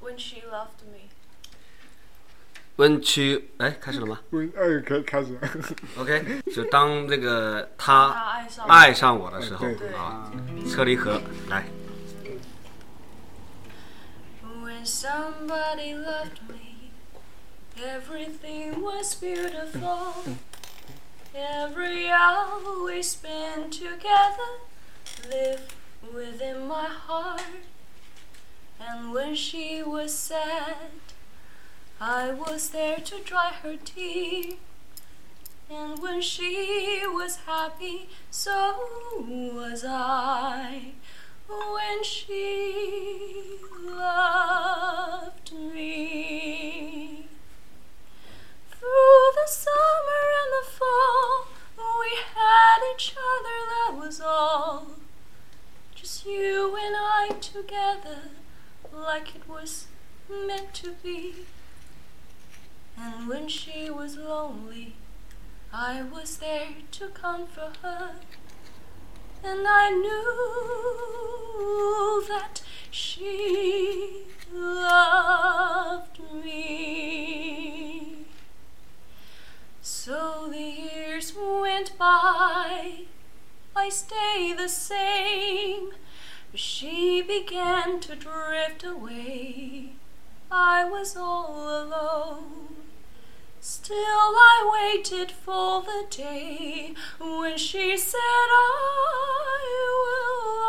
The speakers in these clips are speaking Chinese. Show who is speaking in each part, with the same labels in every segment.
Speaker 1: When she loved me，
Speaker 2: When she 哎，开始了吗
Speaker 3: 我二开开始，
Speaker 2: ？OK，就当这个他
Speaker 1: 她爱上
Speaker 2: 爱上我的时候
Speaker 3: 对对
Speaker 2: 啊，车厘河来，
Speaker 1: When somebody loved me, everything was beautiful. Every hour we spent together lived within my heart. And when she was sad, I was there to dry her tears. And when she was happy, so was I. When she loved me. Through the summer and the fall, we had each other, that was all. Just you and I together, like it was meant to be. And when she was lonely, I was there to comfort her. And I knew that she loved me. So the years went by, I stayed the same. She began to drift away. I was all alone. Still, I waited for the day when she said, I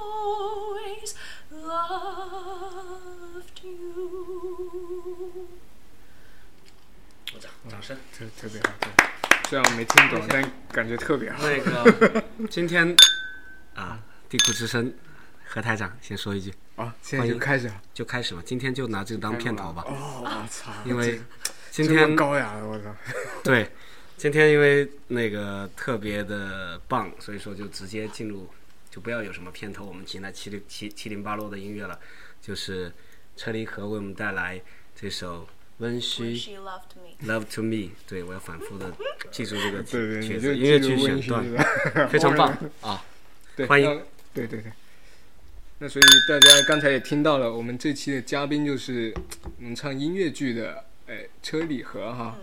Speaker 1: will always love you.
Speaker 2: 鼓掌，掌声。
Speaker 3: 特特别好，对虽然我没听懂，但感觉特别好。
Speaker 2: 那 个今天啊，地库之声何台长先说一句，
Speaker 3: 啊，现在就开始了。
Speaker 2: 就开始吧，今天就拿这个当片头吧，
Speaker 3: 哦，我操！
Speaker 2: 因为今
Speaker 3: 这么
Speaker 2: 天
Speaker 3: 高雅的，啊我操！
Speaker 2: 对，今天因为那个特别的棒，所以说就直接进入，就不要有什么片头，我们请来七零七七零八落的音乐了，就是车厘河为我们带来这首《温
Speaker 1: When
Speaker 2: 虚
Speaker 1: she loved me.
Speaker 2: Love to Me》。对我要反复的记住这个
Speaker 3: 对对，
Speaker 2: 曲
Speaker 3: 你
Speaker 2: 子，
Speaker 3: 就
Speaker 2: 音乐
Speaker 3: 记
Speaker 2: 剧
Speaker 3: 住温
Speaker 2: 选
Speaker 3: 馨
Speaker 2: 段
Speaker 3: 的，
Speaker 2: 非常棒啊！
Speaker 3: 对，
Speaker 2: 欢迎
Speaker 3: 那。对对对。那所以大家刚才也听到了，我们这期的嘉宾就是能唱音乐剧的，哎，车礼和哈。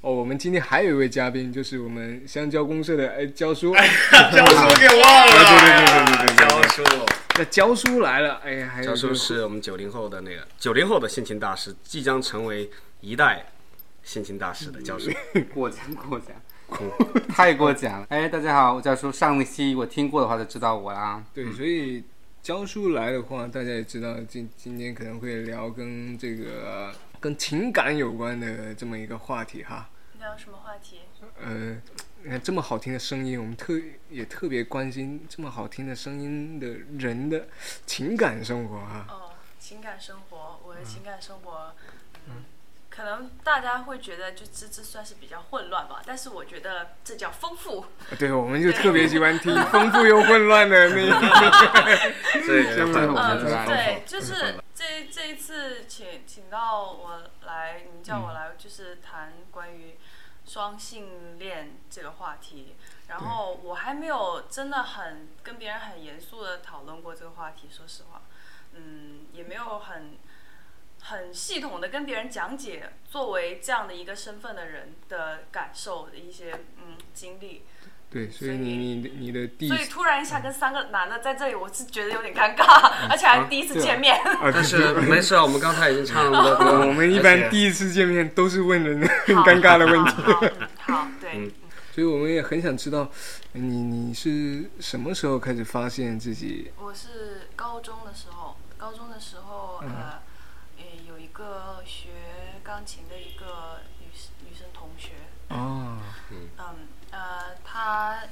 Speaker 3: 哦，我们今天还有一位嘉宾，就是我们香蕉公社的哎焦叔。
Speaker 4: 教书给忘了，
Speaker 3: 对对对对对对对
Speaker 4: 教书，
Speaker 3: 那焦叔来了，哎，还有
Speaker 2: 教
Speaker 3: 就
Speaker 2: 授是我们九零后的那个九零后的性情大师，即将成为一代性情大师的教授。
Speaker 5: 过奖过奖，太过奖了。 哎，大家好，我叫叔。上一期我听过的话就知道我啦。
Speaker 3: 对，所以教书来的话，大家也知道今今天可能会聊跟这个跟情感有关的这么一个话题哈。呃，你看这么好听的声音，我们特也特别关心这么好听的声音的人的情感生活啊。
Speaker 1: 哦，情感生活，我的情感生活，可能大家会觉得就这这算是比较混乱吧，但是我觉得这叫丰富。
Speaker 3: 对，我们就特别喜欢听丰富又混乱的那一
Speaker 2: 所以
Speaker 5: 这
Speaker 2: 欢
Speaker 5: 么
Speaker 2: 迎
Speaker 5: 我
Speaker 1: 嗯，
Speaker 5: 们来
Speaker 1: 对，就是这这一次请请到我来，你叫我来就是谈关于双性恋这个话题。然后我还没有真的很跟别人很严肃的讨论过这个话题，说实话，嗯，也没有很很系统的跟别人讲解作为这样的一个身份的人的感受的一些嗯经历，
Speaker 3: 对，所以你你的你的第一
Speaker 1: 所以突然
Speaker 3: 嗯
Speaker 1: 一下跟三个男的在这里，我是觉得有点尴尬， 而且还第一次见面。
Speaker 3: 嗯啊，
Speaker 2: 但
Speaker 3: 但
Speaker 2: 是没事啊，我们刚才已经唱了那么多歌了。
Speaker 3: 我们一
Speaker 2: 而且
Speaker 3: 般第一次见面都是问人很 尴尬的问题，
Speaker 1: 好。好嗯好，对，
Speaker 3: 所以我们也很想知道你你是什么时候开始发现自己
Speaker 1: 我是高中的时候，高中的时候，
Speaker 3: 嗯
Speaker 1: 呃，呃，有一个学钢琴的一个女女生同学，
Speaker 3: 哦，
Speaker 1: 嗯，呃，他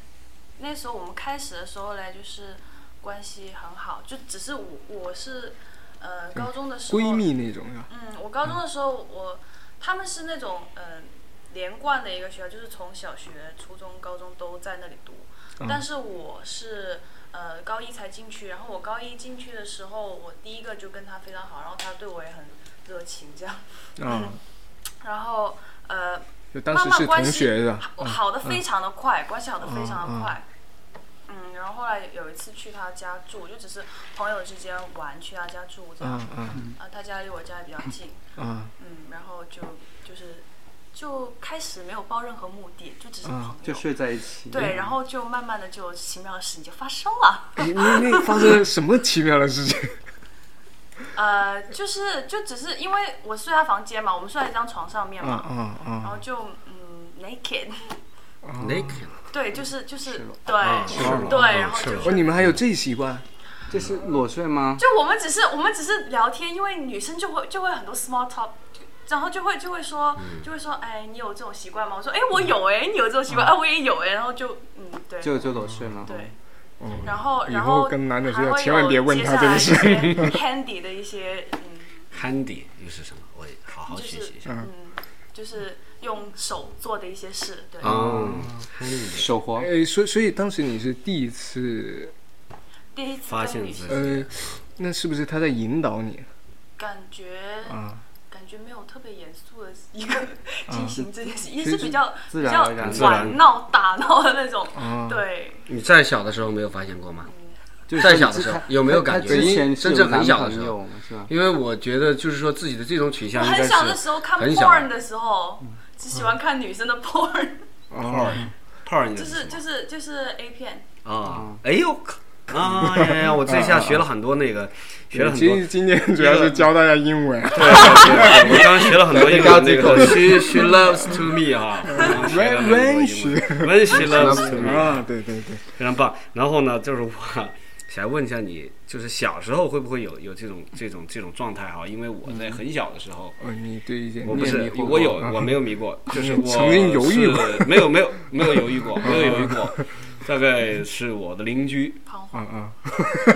Speaker 1: 那时候我们开始的时候嘞，就是关系很好，就只是我我是，呃，高中的时候
Speaker 3: 嗯闺蜜那种啊？
Speaker 1: 嗯，我高中的时候，我他们是那种嗯、呃连贯的一个学校，就是从小学、初中、高中都在那里读。
Speaker 3: 嗯
Speaker 1: 但是我是呃高一才进去，然后我高一进去的时候，我第一个就跟他非常好，然后他对我也很热情，这样。
Speaker 3: 啊，
Speaker 1: 然后呃，
Speaker 3: 就当时是同学是吧？嗯
Speaker 1: 好的非常的快，关系好的非常的快。嗯
Speaker 6: 嗯，然后后来有一次去他家住，就只是朋友之间玩，去他家住这样。
Speaker 3: 嗯嗯
Speaker 6: 啊，他家离我家也比较近。
Speaker 3: 嗯
Speaker 6: 嗯，然后就就是就开始没有抱任何目的，就只是朋友。
Speaker 5: 啊就睡在一起。
Speaker 6: 对，然后就慢慢的就奇妙的事情就发生了。
Speaker 3: 啊你你你发生了什么奇妙的事情？
Speaker 6: 呃，就是就只是因为我睡他房间嘛，我们睡在一张床上面
Speaker 5: 啊
Speaker 6: 嘛，
Speaker 3: 嗯嗯
Speaker 6: 然后就嗯 naked，
Speaker 2: naked，
Speaker 6: 对，就是就是
Speaker 2: 啊赤裸
Speaker 6: 对对，然后
Speaker 2: 赤
Speaker 6: 就
Speaker 2: 裸
Speaker 6: 是
Speaker 3: 哦，你们还有这习惯？
Speaker 5: 这是裸睡吗？
Speaker 6: 就我们只是我们只是聊天，因为女生就会就会很多 small talk，就然后就会就会说
Speaker 2: 嗯
Speaker 6: 就会说，哎，你有这种习惯吗？我说，哎，我有哎，你有这种
Speaker 2: 嗯
Speaker 6: 习惯，哎，我也有哎，然后就嗯，对，
Speaker 5: 就就裸睡吗？
Speaker 6: 对
Speaker 3: 哦，
Speaker 6: 然后
Speaker 3: 以
Speaker 6: 然
Speaker 3: 后
Speaker 6: 后
Speaker 3: 跟男的
Speaker 6: 还
Speaker 3: 睡觉
Speaker 6: 会
Speaker 3: 千万
Speaker 6: 有
Speaker 3: 别问
Speaker 6: 接
Speaker 3: 他
Speaker 6: 下
Speaker 3: 这个
Speaker 6: 来一
Speaker 3: 事
Speaker 6: 些 handy 的一些嗯
Speaker 2: handy 又是什么？我也好好学习一下。
Speaker 6: 嗯，就是用手做的一些事，对，
Speaker 2: 哦，handy，
Speaker 5: 手活
Speaker 3: 哎，所以所以当时你是第一次，
Speaker 6: 第一次
Speaker 2: 发现
Speaker 6: 跟女
Speaker 2: 自
Speaker 6: 生
Speaker 3: 呃
Speaker 2: 己，
Speaker 3: 那是不是他在引导你
Speaker 6: 感觉
Speaker 3: 啊？
Speaker 6: 感觉没有特别严肃的一个进行这件事，也
Speaker 3: 其
Speaker 6: 是
Speaker 3: 实
Speaker 6: 比较
Speaker 5: 自
Speaker 6: 比
Speaker 5: 然
Speaker 6: 较
Speaker 5: 而然
Speaker 2: 自然
Speaker 6: 玩闹打闹的那种，
Speaker 3: 啊，
Speaker 6: 对。
Speaker 2: 你再小的时候没有发现过吗？
Speaker 5: 就是
Speaker 2: 再小的时候有没有感觉
Speaker 5: 他之前是
Speaker 2: 真正很小
Speaker 5: 的
Speaker 2: 的时候
Speaker 5: 是吧？
Speaker 2: 因为我觉得就是说自己的这种取
Speaker 6: 我
Speaker 2: 向应该
Speaker 6: 很
Speaker 2: 是
Speaker 6: 小的时候看
Speaker 2: 很小嗯
Speaker 6: porn 的时候，
Speaker 3: 嗯
Speaker 6: 只喜欢看女生的 porn，
Speaker 3: 哦，
Speaker 2: porn
Speaker 6: 就是就是就是 A 片。
Speaker 2: 啊，哎呦啊呀呀！我这下学了很多那个，学了很
Speaker 3: 其
Speaker 2: 多
Speaker 3: 实今天主要是教大家英文，
Speaker 2: 我刚刚学了很多英文，那个 she she loves to me 啊
Speaker 3: When- when she-
Speaker 2: when she loves to me
Speaker 3: 啊，对对对，
Speaker 2: 非常棒。然后呢，就是我想问一下你，就是小时候会不会有有这种这种这种状态哈？因为我在很小的时候。
Speaker 3: 哦，你对一些
Speaker 2: 嗯我不
Speaker 5: 你也
Speaker 2: 是
Speaker 5: 迷，惑过
Speaker 2: 我有，我没有迷过， 就是我
Speaker 3: 曾经犹豫过
Speaker 2: 是，没有没有没有犹豫过，没有犹豫过， 大概是我的邻 居，
Speaker 6: 彷
Speaker 3: 啊
Speaker 6: 徨，
Speaker 3: 啊，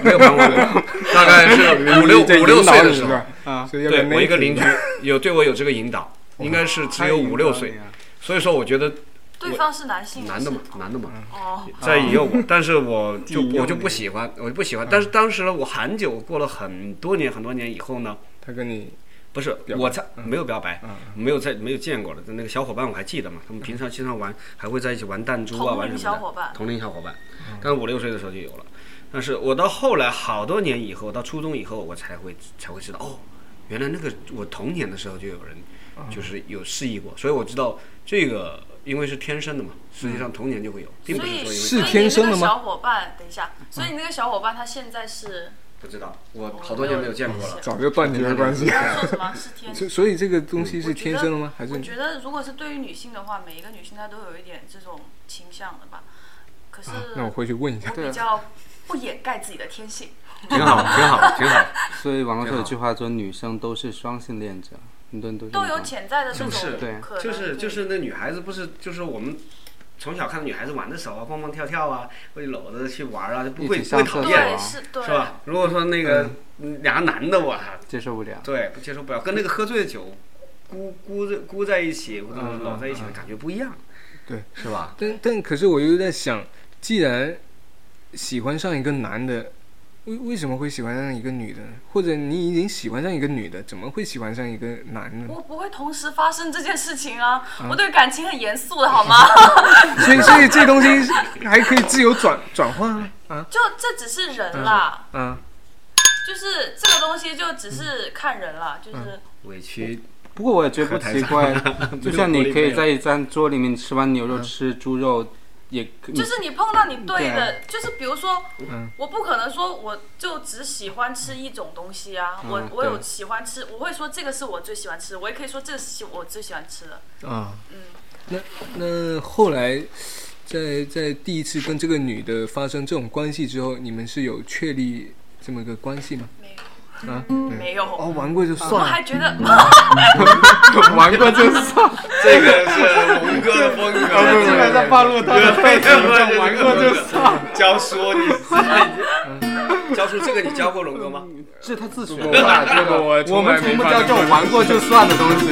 Speaker 2: 没有帮过我，大概是五六
Speaker 3: 在
Speaker 2: 五六
Speaker 3: 引导
Speaker 2: 岁的
Speaker 3: 你
Speaker 2: 时
Speaker 3: 是
Speaker 2: 候，
Speaker 3: 吧？啊，所以要
Speaker 2: 对
Speaker 3: 跟
Speaker 2: 我一个
Speaker 3: Nathan
Speaker 2: 邻居有对我有这个引导，应该是只有五六岁，所以说我觉得
Speaker 6: 对方是男性，
Speaker 2: 男的嘛
Speaker 6: 我，是
Speaker 2: 男的嘛，
Speaker 6: 哦，
Speaker 2: 在引诱我，但是 我就
Speaker 5: 啊引诱
Speaker 2: 我就不
Speaker 5: 你嗯
Speaker 2: 喜欢，我就不喜欢。但是当时呢，我很久过了很多年很多年以后呢，
Speaker 3: 他跟你
Speaker 2: 不是
Speaker 3: 表白
Speaker 2: 我才
Speaker 5: 嗯
Speaker 2: 没有表白，没有在没有见过了。那个小伙伴我还记得嘛，他们平常经常玩，还会在一起玩弹珠啊，
Speaker 6: 同
Speaker 2: 玩什
Speaker 6: 龄
Speaker 2: 么的。
Speaker 6: 小伙伴，
Speaker 2: 同龄小伙伴，
Speaker 5: 嗯
Speaker 2: 但是五六岁的时候就有了。但是我到后来好多年以后，到初中以后，我才会才会知道，哦，原来那个我童年的时候就有人
Speaker 5: 嗯
Speaker 2: 就是有示意过，所以我知道这个因为是天生的嘛，实
Speaker 5: 嗯
Speaker 2: 际上童年就会有，并
Speaker 6: 所
Speaker 2: 不是
Speaker 6: 以
Speaker 2: 说因
Speaker 6: 所以
Speaker 2: 为
Speaker 3: 是天生的吗
Speaker 6: 你那个小伙
Speaker 2: 嗯
Speaker 6: 伴，等一下，所以你那个小伙伴他现 在是
Speaker 2: 不知道，
Speaker 6: 哦
Speaker 2: 我好多年没有见过了。
Speaker 3: 早就断绝了关系
Speaker 6: 你，刚刚说什么？是 天
Speaker 3: 所所以这个东西是天生的吗？还是
Speaker 6: 我觉得如果是对于女性的话，每一个女性她都有一点这种倾向的吧。可
Speaker 2: 啊
Speaker 6: 是
Speaker 3: 啊那我
Speaker 6: 我
Speaker 3: 回去问一下，
Speaker 6: 比较不掩盖自己的天性，
Speaker 2: 挺好， 挺好，挺好。
Speaker 5: 所以网络上有句话说，女生都是双性恋者，很多人都是
Speaker 6: 都有潜在的这
Speaker 2: 是
Speaker 6: 种
Speaker 2: 不嗯是
Speaker 5: 对
Speaker 6: 可能，
Speaker 2: 就是就是那女孩子不是就是我们从小看女孩子玩的时候啊，蹦蹦跳跳啊，会搂着去玩啊，就嗯不会
Speaker 5: 一起
Speaker 2: 不会
Speaker 5: 上
Speaker 2: 讨
Speaker 5: 厕
Speaker 2: 厌
Speaker 6: 对
Speaker 5: 所
Speaker 6: 是对
Speaker 2: 是吧？如果说那个俩男的我操。
Speaker 5: 接受不了。
Speaker 2: 对，不接受不了，跟那个喝醉的酒咕咕在咕在一起，或者是搂在一起的感觉不一样，
Speaker 3: 对，
Speaker 2: 嗯是吧？
Speaker 3: 但但可是我又在想，既然喜欢上一个男的，为为什么会喜欢上一个女的呢？或者你已经喜欢上一个女的，怎么会喜欢上一个男的呢？
Speaker 6: 我不会同时发生这件事情啊！我对感情很严肃的好吗？
Speaker 3: 所以所以这东西还可以自由转转换啊啊
Speaker 6: 就这只是人啦，
Speaker 3: 啊！
Speaker 2: 嗯
Speaker 6: 就是这个东西就只是看人啦，就是
Speaker 2: 委屈，
Speaker 5: 不过我也觉得不 奇怪，就像你可以在一张桌里面吃完牛
Speaker 2: 嗯
Speaker 5: 肉、吃猪肉，也
Speaker 6: 就
Speaker 5: 就是
Speaker 6: 你碰到你对
Speaker 5: 嗯对
Speaker 6: 的，就是比如说
Speaker 3: 嗯，
Speaker 6: 我不可能说我就只喜欢吃一种东西啊，我
Speaker 5: 嗯
Speaker 6: 我
Speaker 5: 对
Speaker 6: 有喜欢吃，我会说这个是我最喜欢吃的，我也可以说这个是我最喜欢吃的，
Speaker 3: 啊，
Speaker 6: 嗯，
Speaker 3: 那那后来在在第一次跟这个女的发生这种关系之后，你们是有确立这么个关系吗？
Speaker 6: 没有
Speaker 3: 啊，
Speaker 6: 没有，
Speaker 3: 哦，玩过就
Speaker 6: 我
Speaker 3: 算了，
Speaker 6: 还觉得
Speaker 5: 玩过就算，
Speaker 2: 这个 是龙哥的风格
Speaker 5: 基本上暴露他的 背景，就玩过就算。
Speaker 2: 教唆 你，嗯教唆这个你教过龙哥吗？
Speaker 5: 这 是他自学
Speaker 3: 我
Speaker 5: 的，
Speaker 3: 玩这个我
Speaker 5: 我
Speaker 3: 从
Speaker 5: 们
Speaker 3: 来没
Speaker 5: 从不
Speaker 3: 发
Speaker 5: 教
Speaker 3: 生
Speaker 5: 这种玩过就算的东西。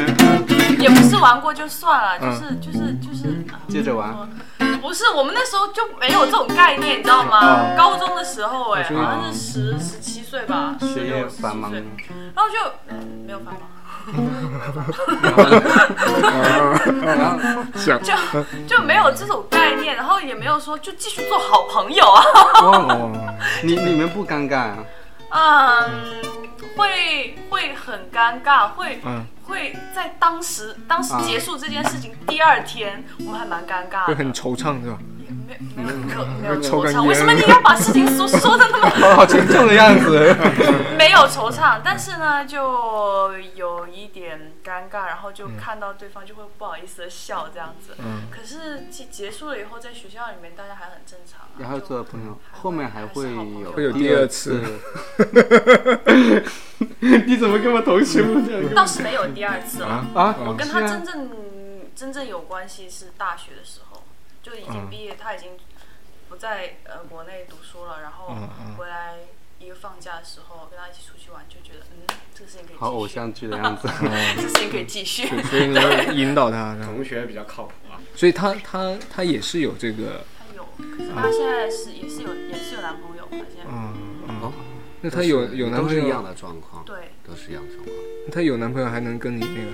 Speaker 6: 也不是玩过就算了，就是就是就是，啊
Speaker 5: 接着 玩，
Speaker 6: 不是，我们那时候就没有这种概念，你知道吗？高中的时候、哎，好像是十十七岁吧，十
Speaker 5: 六
Speaker 6: 繁
Speaker 5: 忙
Speaker 6: 岁，然后就、嗯没有繁忙。
Speaker 3: 想
Speaker 6: 就就没有这种概念，然后也没有说就继续做好朋友啊。
Speaker 5: 哦， 你你们不尴尬啊？
Speaker 6: 嗯，会会很尴尬，会、
Speaker 3: 嗯
Speaker 6: 会在当时当时
Speaker 5: 啊
Speaker 6: 结束这件事情、第二天，我们还蛮尴尬
Speaker 3: 会
Speaker 6: 的，
Speaker 3: 很惆怅是吧？
Speaker 6: 也没没有可没有
Speaker 3: 抽
Speaker 6: 惆
Speaker 3: 根
Speaker 6: 怅。
Speaker 3: 烟
Speaker 6: 为什么你要把事情说说的那么
Speaker 5: 好沉重的样 子。
Speaker 6: 没有惆怅？但是呢，就有一点尴尬，然后就看到对方就会不好意思的笑这样子。
Speaker 3: 嗯
Speaker 6: 可是结结束了以后，在学校里面大家还很正常、啊。
Speaker 5: 然后
Speaker 6: 就
Speaker 5: 做朋友，后面还会有
Speaker 6: 会
Speaker 3: 有第二
Speaker 5: 二
Speaker 3: 次。
Speaker 5: 你怎么跟我同学不这样
Speaker 6: 倒是没有第二次了。
Speaker 5: 啊？
Speaker 6: 我跟他
Speaker 5: 是啊
Speaker 6: 真正真正有关系是大学的时候，就已
Speaker 5: 嗯
Speaker 6: 经毕业，他已经不在呃国内读书了，然后
Speaker 3: 嗯嗯
Speaker 6: 回来一个放假的时候跟他一起出去玩，就觉得嗯，这个事情可以继续，
Speaker 5: 好偶像剧的 样子。
Speaker 6: 这个事情可以继 续。
Speaker 3: 所以你要引导他，然后
Speaker 2: 嗯同学比较靠谱啊。
Speaker 3: 所以他他他也是有这个，
Speaker 6: 他有，可
Speaker 5: 嗯
Speaker 6: 是他现在是也是有也是有男朋友，他现在
Speaker 3: 嗯嗯
Speaker 2: 哦，
Speaker 3: 那他有有男
Speaker 2: 都
Speaker 3: 朋
Speaker 2: 是一样
Speaker 3: 友，
Speaker 2: 的状况，
Speaker 6: 对，
Speaker 2: 都是一样的状况。
Speaker 3: 他有男朋友还能跟你那个，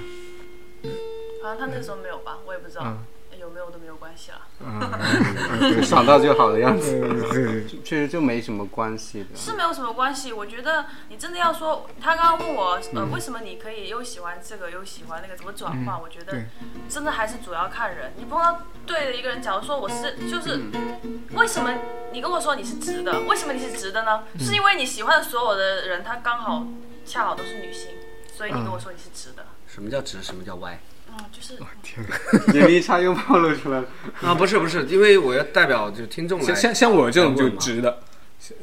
Speaker 6: 好像他那时候没有吧，我也不知道
Speaker 3: 嗯
Speaker 6: 有没有都没有关系了。
Speaker 3: 啊
Speaker 5: 爽到就好的样子，
Speaker 3: 呃对，
Speaker 5: 确实就没什么关系的。
Speaker 6: 是没有什么关系。我觉得你真的要说，他刚刚问我，呃，为什么你可以又喜欢这个又喜欢那个，怎么转换？我觉得
Speaker 3: 对
Speaker 6: 真的还是主要看人。你碰到对的一个人，假如说我是，就是为什么你跟我说你是直的，为什么你是直的呢？是因为你喜欢的所有的人，他刚好恰好都是女性，所以你跟我说你是直的。
Speaker 2: 什么叫直？什么叫歪？
Speaker 6: 嗯，就是
Speaker 5: 年龄差又暴露出来了。
Speaker 2: 啊，不是不是，因为我要代表就听众来
Speaker 3: 像，像像我这种
Speaker 2: 来
Speaker 3: 就
Speaker 2: 问嘛
Speaker 3: 直的，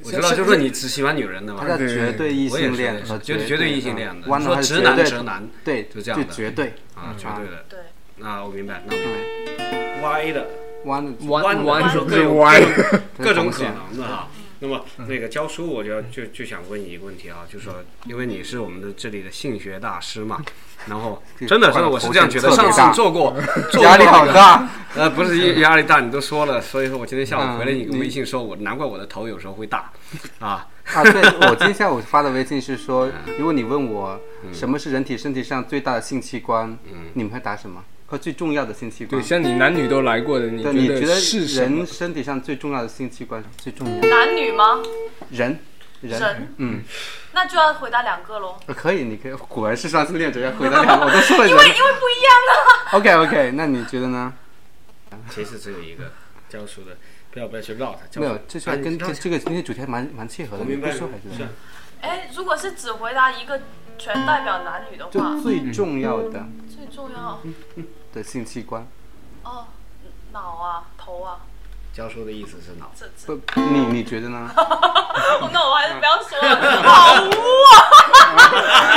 Speaker 2: 我知道就是你只喜欢女人的嘛
Speaker 5: 他。叫绝对异性恋
Speaker 2: 我
Speaker 5: 和
Speaker 2: 也是我也是绝绝对异性恋的
Speaker 5: 弯的
Speaker 2: 说
Speaker 5: 还是
Speaker 2: 直
Speaker 5: 绝
Speaker 2: 男
Speaker 5: 对
Speaker 2: 直男
Speaker 5: 对，
Speaker 2: 就这样的
Speaker 5: 绝对
Speaker 2: 啊，绝对的。
Speaker 6: 对，
Speaker 2: 那我明白，那我明
Speaker 5: 嗯
Speaker 2: 白。歪的，
Speaker 5: 弯的
Speaker 2: 嗯
Speaker 3: 弯
Speaker 2: 弯是
Speaker 3: 是不
Speaker 2: 各
Speaker 3: 是
Speaker 2: 有
Speaker 3: 弯？
Speaker 2: 各种可能的哈。
Speaker 5: 嗯
Speaker 2: 那么那个教书，我就就就想问你一个问题啊，就是
Speaker 5: 嗯
Speaker 2: 说，因为你是我们的这里的性学大师嘛，然后真的真的我是这样觉得，
Speaker 5: 头
Speaker 2: 上
Speaker 5: 嗯
Speaker 2: 次
Speaker 5: 衔特别大嗯
Speaker 2: 你做过， 做过
Speaker 5: 压力好
Speaker 2: 那个
Speaker 5: 大，
Speaker 2: 呃，不是压力大，你都说了，所以说我今天下午回来，
Speaker 5: 嗯
Speaker 2: 你个微信说我，难怪我的头有时候会 大，啊，
Speaker 5: 啊，对，我今天下午发的微信是说，如果你问我什么是人体身体上最大的性器官，你们会答什么？和最重要的性器
Speaker 3: 对，？
Speaker 5: 官
Speaker 3: 像你男女都来过的，你
Speaker 5: 对，你觉得
Speaker 3: 是什么
Speaker 5: 人？身体上最重要的性器官是最重要？
Speaker 6: 男女吗？
Speaker 5: 人，人，
Speaker 6: 人，
Speaker 5: 嗯，
Speaker 6: 那就要回答两个喽，
Speaker 5: 可以，你可以，果然是上次练者要回 答两个，我都说了
Speaker 6: 因
Speaker 5: 人
Speaker 6: 为。因为不一样啊。
Speaker 5: OK OK，那你觉得呢？
Speaker 2: 其实只有一个教书的，不要不要去绕他，教
Speaker 5: 没有
Speaker 2: 书，哎
Speaker 5: 这是跟这这个今天主题还蛮蛮契合的，
Speaker 2: 我
Speaker 5: 你
Speaker 2: 明
Speaker 5: 不
Speaker 2: 白
Speaker 5: 说还是
Speaker 2: 是啊
Speaker 6: 哎，如果是只回答一个全代表男女的话
Speaker 5: 就，最重要的
Speaker 6: 最重要。
Speaker 5: 的性器官，
Speaker 6: 哦，脑啊，头啊，
Speaker 2: 教书的意思是脑
Speaker 6: 这这，
Speaker 5: 不，你你觉得 呢？
Speaker 6: 那我还是不要说 了，好污啊！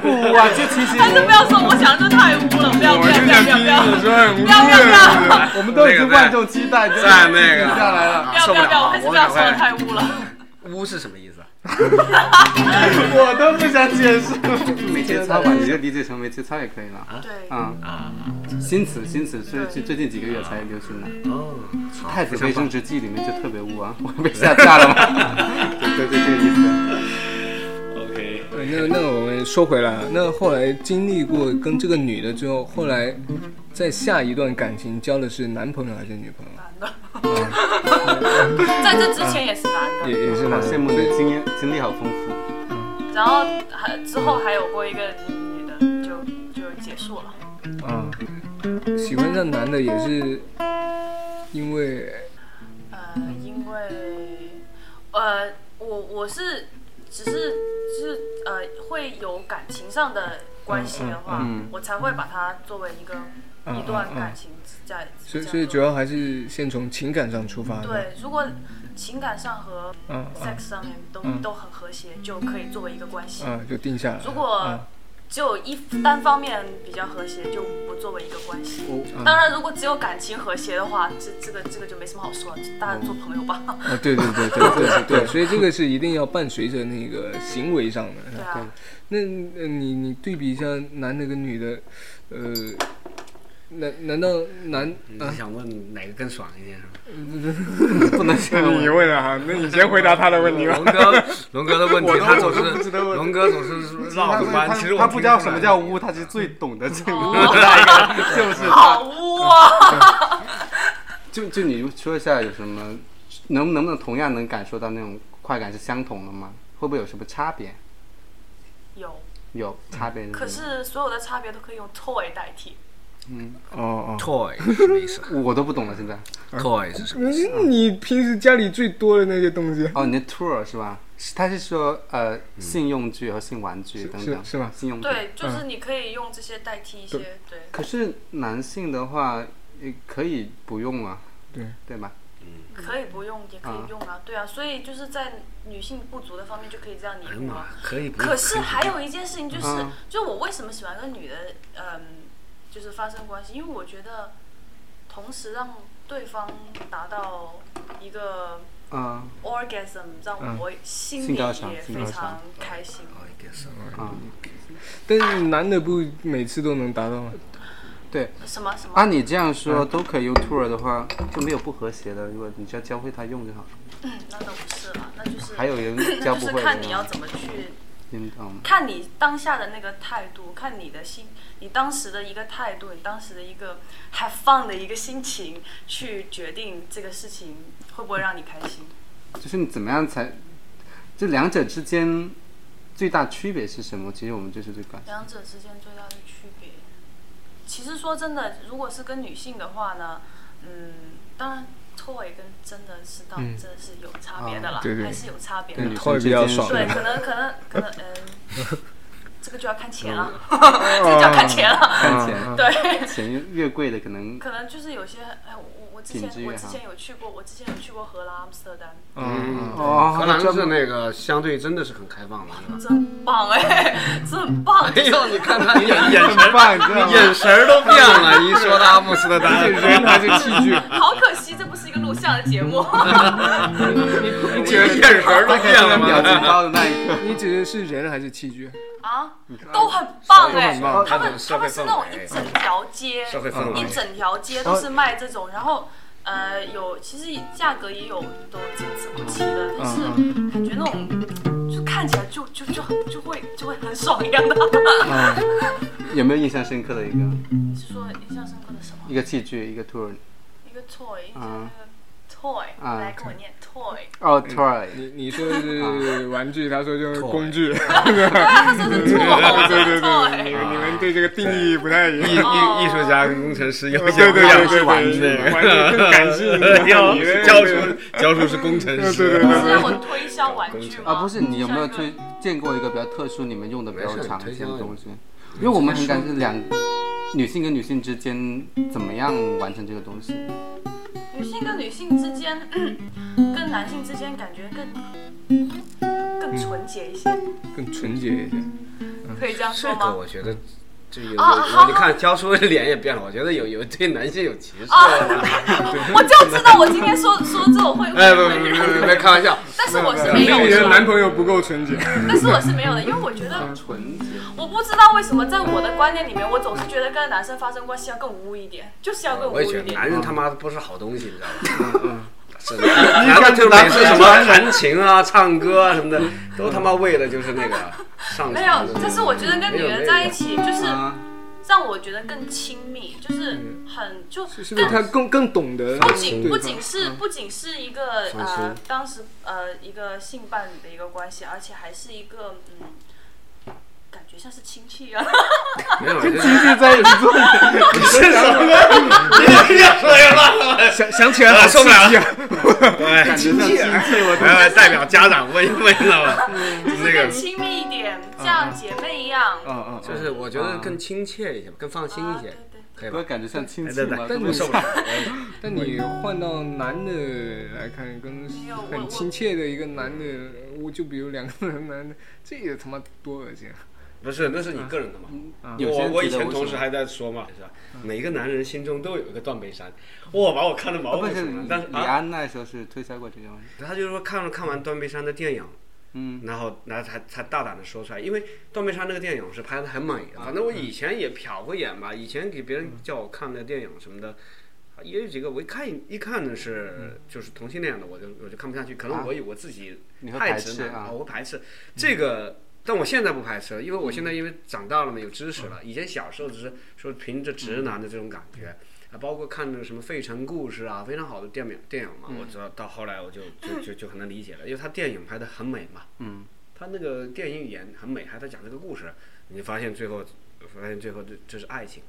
Speaker 5: 不啊，这其实
Speaker 6: 还是不要说，我想这太污了，不要不要不要不要不要不要
Speaker 3: 说很无
Speaker 6: 不要不要不要
Speaker 3: 聊，
Speaker 5: 我们都已经万众期待，就是
Speaker 2: 在那个
Speaker 5: 下来了。
Speaker 6: 不要不要，我还是不要说的太污了。
Speaker 2: 污是什么意思啊？
Speaker 5: 我都不想解释。没节操吧，你就理解成没节操也可以了。
Speaker 6: 对，
Speaker 5: 嗯，
Speaker 2: 啊，
Speaker 5: 新词新词是最最近几个月才流行的，
Speaker 2: 哦，
Speaker 5: 《太子妃升职记》里面就特 别污啊，我被下架了吗？对对对，这个意思。
Speaker 2: OK，
Speaker 3: 对那那我们说回来啊，那后来经历过跟这个女的之后，后来在下一段感情交的是男朋友还是女朋友？
Speaker 6: 男的， 在这之前也是男的，
Speaker 3: 也也是
Speaker 5: 好
Speaker 3: 男
Speaker 5: 羡
Speaker 3: 的。
Speaker 5: 慕你的经验经历好丰富，
Speaker 6: 然后还之后还有过一个女的，就就结束了。
Speaker 3: 啊，喜欢上男的也是因为
Speaker 6: 呃，因为呃，我我是只是就是呃会有感情上的关系的话，
Speaker 5: 嗯嗯嗯
Speaker 6: 我才会把它作为一个、
Speaker 3: 嗯
Speaker 6: 一段感情在。
Speaker 3: 所以
Speaker 6: 在
Speaker 3: 所以
Speaker 6: 做
Speaker 3: 主要还是先从情感上出发的。
Speaker 6: 对，如果情感上和
Speaker 3: 嗯嗯
Speaker 6: sex 上面都、
Speaker 3: 嗯
Speaker 6: 都很和谐，就可以作为一个关系。
Speaker 3: 啊，就定下来了。啊
Speaker 6: 如
Speaker 3: 嗯
Speaker 6: 果只有一单方面比较和谐，就不作为一个关系。
Speaker 3: 啊
Speaker 6: 当然，如果只有感情和谐的话，这这个这个就没什么好说了，大家做朋友吧。
Speaker 3: 啊，对对对对对对，所以这个是一定要伴随着那个行为上的。
Speaker 6: 对啊，
Speaker 3: 那呃你你对比一下男的跟女的，呃，难难道啊难？
Speaker 2: 你是想问哪个更爽一点是
Speaker 3: 吗？
Speaker 5: 不能
Speaker 3: 这样。你问了哈，那你先回答他的问题吧。
Speaker 2: 龙哥，龙哥的问题，他总
Speaker 5: 是
Speaker 2: 龙哥总是绕着弯。其实
Speaker 5: 他不知道什么叫污，他是最懂得这个
Speaker 6: 污
Speaker 2: 哦
Speaker 5: 的一个，是不是？
Speaker 6: 好污
Speaker 3: 嗯
Speaker 6: 啊！
Speaker 5: 就就你说一下有什么，能能不能同样能感受到那种快感是相同的吗？会不会有什么差别？
Speaker 3: 嗯
Speaker 6: 有
Speaker 5: 有差别。
Speaker 6: 可是所有的差别都可以用 toy 代替。
Speaker 5: 嗯哦
Speaker 2: ，toy 是什么意思？
Speaker 5: 我都不懂了，现在
Speaker 2: toy 是什么意
Speaker 6: 嗯
Speaker 2: 思？
Speaker 3: 嗯你平时家里最多的那些东西？
Speaker 5: 哦，你的 tour 是吧？他是说呃，性用具和性玩具等等，
Speaker 3: 嗯是吧？
Speaker 5: 性用具
Speaker 6: 对，
Speaker 3: 嗯
Speaker 6: 就是你可以用这些代替一些对。
Speaker 5: 可是男性的话，也可以不用啊，
Speaker 3: 对
Speaker 5: 对吧？
Speaker 6: 可以不用，也可
Speaker 5: 嗯
Speaker 6: 以用啊，对啊，所以就是在女性不足的方面就可以这样
Speaker 5: 哎
Speaker 6: 弥补啊。
Speaker 2: 哎可以。
Speaker 6: 可是还有一件事情就是，
Speaker 5: 啊
Speaker 6: 就我为什么喜欢跟女的，嗯，就是发生关系，因为我觉得，同时让对方达到一个
Speaker 5: 啊
Speaker 6: orgasm，让我心里
Speaker 5: 性高潮
Speaker 6: 也
Speaker 5: 嗯性高
Speaker 6: 非
Speaker 5: 潮
Speaker 6: 常开心。
Speaker 5: 啊，
Speaker 3: 但是男的不每次都能达到吗？
Speaker 5: 对。
Speaker 6: 什么什
Speaker 5: 啊
Speaker 6: 么？
Speaker 5: 按你这样说
Speaker 3: 嗯
Speaker 5: 都可以用 tour 的话，就没有不和谐的。如果你只要教会他用就好了。
Speaker 6: 嗯，那倒不是了，那就是
Speaker 5: 还有 人教
Speaker 6: 那
Speaker 5: 不
Speaker 6: 就是
Speaker 5: 会
Speaker 6: 看
Speaker 5: 的啊
Speaker 6: 你要怎么去
Speaker 5: 你懂吗？
Speaker 6: 看你当下的那个态度，看你的心，你当时的一个态度，你当时的一个 have fun 的一个心情，去决定这个事情会不会让你开心。
Speaker 5: 就是你怎么样才，这两者之间最大区别是什么？其实我们就是这个。
Speaker 6: 两者之间最大的区别，其实说真的，如果是跟女性的话呢，嗯，当然 toy 跟真的是到真的是有差别的
Speaker 3: 嗯
Speaker 6: 啦，
Speaker 3: 啊对对
Speaker 6: 还是有差别的。
Speaker 5: 跟女
Speaker 3: 会
Speaker 5: 生
Speaker 3: 比
Speaker 5: 之
Speaker 3: 较
Speaker 5: 间
Speaker 3: 爽
Speaker 5: 是
Speaker 6: 对，可能可能可能， 嗯，这个就要看钱了，
Speaker 3: 哦
Speaker 6: 这个就要看钱了，
Speaker 5: 看
Speaker 3: 嗯
Speaker 5: 起来
Speaker 6: 对。
Speaker 5: 钱越越贵的可能
Speaker 6: 可能就是有些，哎，我我之
Speaker 5: 品
Speaker 6: 前
Speaker 5: 质越
Speaker 6: 我
Speaker 5: 好
Speaker 6: 之前有去过，我之前有去过荷兰阿姆斯特丹，
Speaker 3: 嗯，
Speaker 5: 哦，
Speaker 2: 荷兰是那个相对真的是很开放 的。
Speaker 6: 真棒哎，真棒！
Speaker 2: 哎呦，你看他眼 眼神
Speaker 5: 很哎棒，你知道吗？
Speaker 2: 眼神都变了，一说到阿姆斯特丹，
Speaker 3: 人还是器具，
Speaker 6: 好可惜，这不是一个录像的 节目。
Speaker 2: 你整个眼神都变了嘛。
Speaker 5: 表情包的那一 刻，
Speaker 3: 你指的是人还是器具？
Speaker 6: 啊， 都很棒哎、
Speaker 3: 都很棒
Speaker 6: 他
Speaker 2: 那种
Speaker 6: 们
Speaker 2: 社
Speaker 6: 他
Speaker 2: 会
Speaker 6: 们是那
Speaker 2: 氛
Speaker 6: 种
Speaker 2: 围哎
Speaker 6: 一整条街，
Speaker 2: 社会氛围
Speaker 6: 一整条街都是卖这种，然后呃有其实价格也有都参差不齐的，但是
Speaker 2: 嗯
Speaker 6: 感觉那种就看起来就就就很就会就会很爽一样的。
Speaker 5: 嗯有没有印象深刻的一个
Speaker 6: 你是说印象深刻的什么？
Speaker 5: 一个器具一个 tour？
Speaker 6: 一个 toy，印象
Speaker 5: 啊
Speaker 6: 那个 toy，、
Speaker 5: 啊
Speaker 6: 来跟我念 toy，
Speaker 5: 哦，tour，
Speaker 3: 你你说的是玩具，他说就是工具，
Speaker 6: 它是 toy，
Speaker 3: 对对
Speaker 6: 是 toy。
Speaker 3: 对，你们对这个定义不太一
Speaker 2: 艺
Speaker 3: 样。
Speaker 2: 艺艺术家跟工程师有
Speaker 3: 哎对
Speaker 2: 些
Speaker 3: 对
Speaker 2: 不
Speaker 3: 对
Speaker 2: 一样，
Speaker 3: 对，
Speaker 2: 玩
Speaker 3: 玩具
Speaker 2: 这个。
Speaker 3: 更感性一点，
Speaker 2: 教
Speaker 3: 你们
Speaker 2: 教授教授是工程
Speaker 3: 对对
Speaker 2: 师，啊
Speaker 3: 对
Speaker 6: 是让我推销玩具吗？
Speaker 5: 啊，不是，你有没有
Speaker 6: 像一
Speaker 5: 推见过一个比较特殊，你们用的比较常见的东西？因为
Speaker 2: 销
Speaker 5: 我们很感是两女性跟女性之间怎么样完成这个东西？
Speaker 6: 个女性跟女性之间， 跟男性之间感觉更更纯洁一些，
Speaker 3: 更纯洁一些。
Speaker 5: 嗯
Speaker 6: 可以这样说
Speaker 2: 这个
Speaker 6: 吗？
Speaker 2: 我觉得。这有有
Speaker 6: 啊好
Speaker 2: 有，你看教授的脸也变了，我觉得有有对男性有歧视。
Speaker 6: 啊，我就知道我今天说说这种会误
Speaker 2: 哎，不
Speaker 6: 会
Speaker 2: 不
Speaker 6: 人，
Speaker 2: 不不，别开玩笑，
Speaker 6: 但是我是没
Speaker 3: 你的
Speaker 6: 有
Speaker 3: 男
Speaker 6: 的，
Speaker 3: 朋友不够纯洁，
Speaker 6: 但是我是没有的，因为我觉得
Speaker 5: 纯洁。
Speaker 6: 我不知道为什么在我的观念里面，我总是觉得跟男生发生关系要更污一点，就是要更
Speaker 2: 我
Speaker 6: 污
Speaker 2: 也
Speaker 6: 一
Speaker 2: 觉得
Speaker 6: 点。
Speaker 2: 男人他妈不是好东西，你知道吗？嗯是的， 男的就每次什么弹琴啊、唱歌啊什么的，都他妈为了就是那个上床。
Speaker 6: 没有，但是我觉得跟女人在一起就是
Speaker 5: 啊，
Speaker 6: 让我觉得更亲密，就是很就更
Speaker 3: 是不是他更更懂得？
Speaker 6: 不仅不仅是不仅是一个
Speaker 2: 放心
Speaker 6: 呃当时呃一个性伴侣的一个关系，而且还是一个嗯，感觉像是亲戚啊。
Speaker 2: 没 有，就是
Speaker 5: 继续在你做
Speaker 3: 想想起来好
Speaker 2: 受不了
Speaker 3: 刺激啊！
Speaker 2: 对，
Speaker 5: 感觉像亲戚， 我
Speaker 2: 来来代表家长问一问，知道吧？那
Speaker 6: 更
Speaker 2: 个
Speaker 6: 亲密一点，像姐妹一样。
Speaker 5: 啊啊，
Speaker 2: 就是我觉得更亲切一些，更放心一些
Speaker 6: 啊，对对
Speaker 2: 可以
Speaker 5: 我
Speaker 2: 吧？
Speaker 5: 感觉像亲
Speaker 2: 哎
Speaker 5: 戚
Speaker 2: 对
Speaker 5: 嘛
Speaker 2: 对，，
Speaker 5: 根
Speaker 2: 我
Speaker 5: 本
Speaker 2: 受不 了。
Speaker 3: 但你换到男的来看，跟
Speaker 6: 没有我
Speaker 3: 很亲切的一个男的，我就比如两个人男的，这也他妈多恶心啊！
Speaker 2: 不是，那是你个人的嘛。
Speaker 5: 有
Speaker 2: 嗯
Speaker 5: 些
Speaker 2: 我
Speaker 5: 人
Speaker 2: 我以
Speaker 5: 觉得
Speaker 2: 前
Speaker 5: 为
Speaker 2: 同
Speaker 5: 什
Speaker 2: 事
Speaker 5: 么
Speaker 2: 还在说嘛，是吧？每个男人心中都有一个断背山，哇，把我看的毛
Speaker 5: 哦不
Speaker 2: 骨悚
Speaker 5: 是
Speaker 2: 啊然。但是
Speaker 5: 李
Speaker 2: 啊，
Speaker 5: 安那时候是推销过这个问题，
Speaker 2: 他就是说看了看完断背山的电影，
Speaker 5: 嗯，
Speaker 2: 然后然后才才大胆的说出来，因为《断背山》那个电影是拍的很美的，反正我以前也瞟过眼吧，以前给别
Speaker 5: 嗯
Speaker 2: 人叫我看那电影什么的，也有几个我一看一看的
Speaker 5: 嗯
Speaker 2: 是就是同性恋的，我就我就看不下去，可能我以我自己
Speaker 5: 啊你会
Speaker 2: 太
Speaker 5: 排
Speaker 2: 直
Speaker 5: 斥
Speaker 2: 男
Speaker 5: 啊
Speaker 2: 了，我会排斥这个。但我现在不排斥了，因为我
Speaker 5: 嗯
Speaker 2: 现在因为长大了嘛，有知识了。以前小时候只是说凭着直男的这种感觉，
Speaker 5: 嗯
Speaker 2: 啊，包括看着什么《费城故事》啊，非常好的电影电影嘛，
Speaker 5: 嗯
Speaker 2: 我知道到后来我就就就就很能理解了，因为他电影拍的很美嘛，
Speaker 5: 嗯，
Speaker 2: 他那个电影语言很美，还有他讲这个故事，你发现最后发现最后这这是爱情，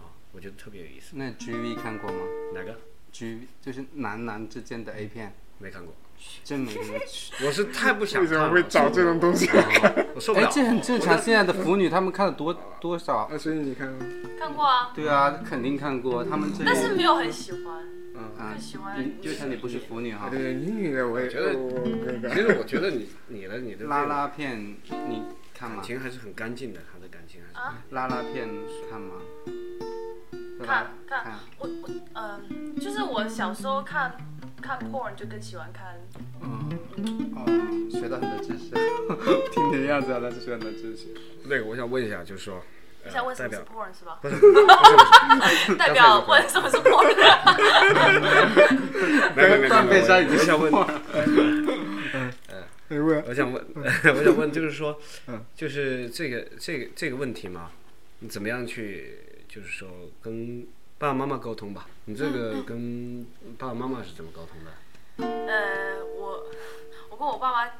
Speaker 2: 啊，我觉得特别有意思。
Speaker 5: 那 G V 看过吗
Speaker 2: 哪个？
Speaker 5: ？G 就是男男之间的 A 片，
Speaker 2: 没看过，
Speaker 5: 真没有。
Speaker 2: 我是太不 想
Speaker 3: 为什
Speaker 2: 看了，
Speaker 3: 么会找这种东 西？
Speaker 2: 我受不
Speaker 5: 哎
Speaker 2: 了，。
Speaker 5: 这很正常。现在的腐女她们看了多多少？
Speaker 3: 啊，所以你看吗，
Speaker 6: 看过啊，
Speaker 5: 对啊，肯定看过。她们这
Speaker 6: 但是
Speaker 5: 个
Speaker 6: 没有很喜欢。
Speaker 5: 啊
Speaker 6: 不喜，欢
Speaker 5: 你就像你不是腐女哈
Speaker 3: 啊对，对，女女的我也呃
Speaker 2: 觉得
Speaker 3: 我 那
Speaker 2: 其
Speaker 3: 个，
Speaker 2: 实我觉得你你的你的
Speaker 5: 拉拉片你看吗
Speaker 2: 感？情还是很干净的，他的感情还是
Speaker 6: 啊
Speaker 5: 拉拉片看吗？对吧
Speaker 6: 看
Speaker 5: 看，
Speaker 6: 我我嗯，就是我小时候看看 porn 就更喜欢看，
Speaker 5: 嗯，哦，学到很多知识， 听你的样子啊，那是学到很多知识。
Speaker 2: 那个，我想问一下，就是说，呃
Speaker 6: 想问什
Speaker 2: 代
Speaker 6: 么是
Speaker 2: 表
Speaker 6: porn 是吧？
Speaker 2: 不是不是
Speaker 6: 代表问什么是 porn？
Speaker 2: 没没没
Speaker 5: 断背山已经
Speaker 2: 我想问，
Speaker 3: 你问
Speaker 2: 我想问， 我想问，就是说
Speaker 3: 嗯，
Speaker 2: 就是这个这个这个问题嘛，你怎么样去，就是说跟爸爸妈妈沟通吧？你这
Speaker 6: 嗯
Speaker 2: 个跟爸爸妈妈是怎么沟通的？
Speaker 6: 呃，我我跟我爸妈，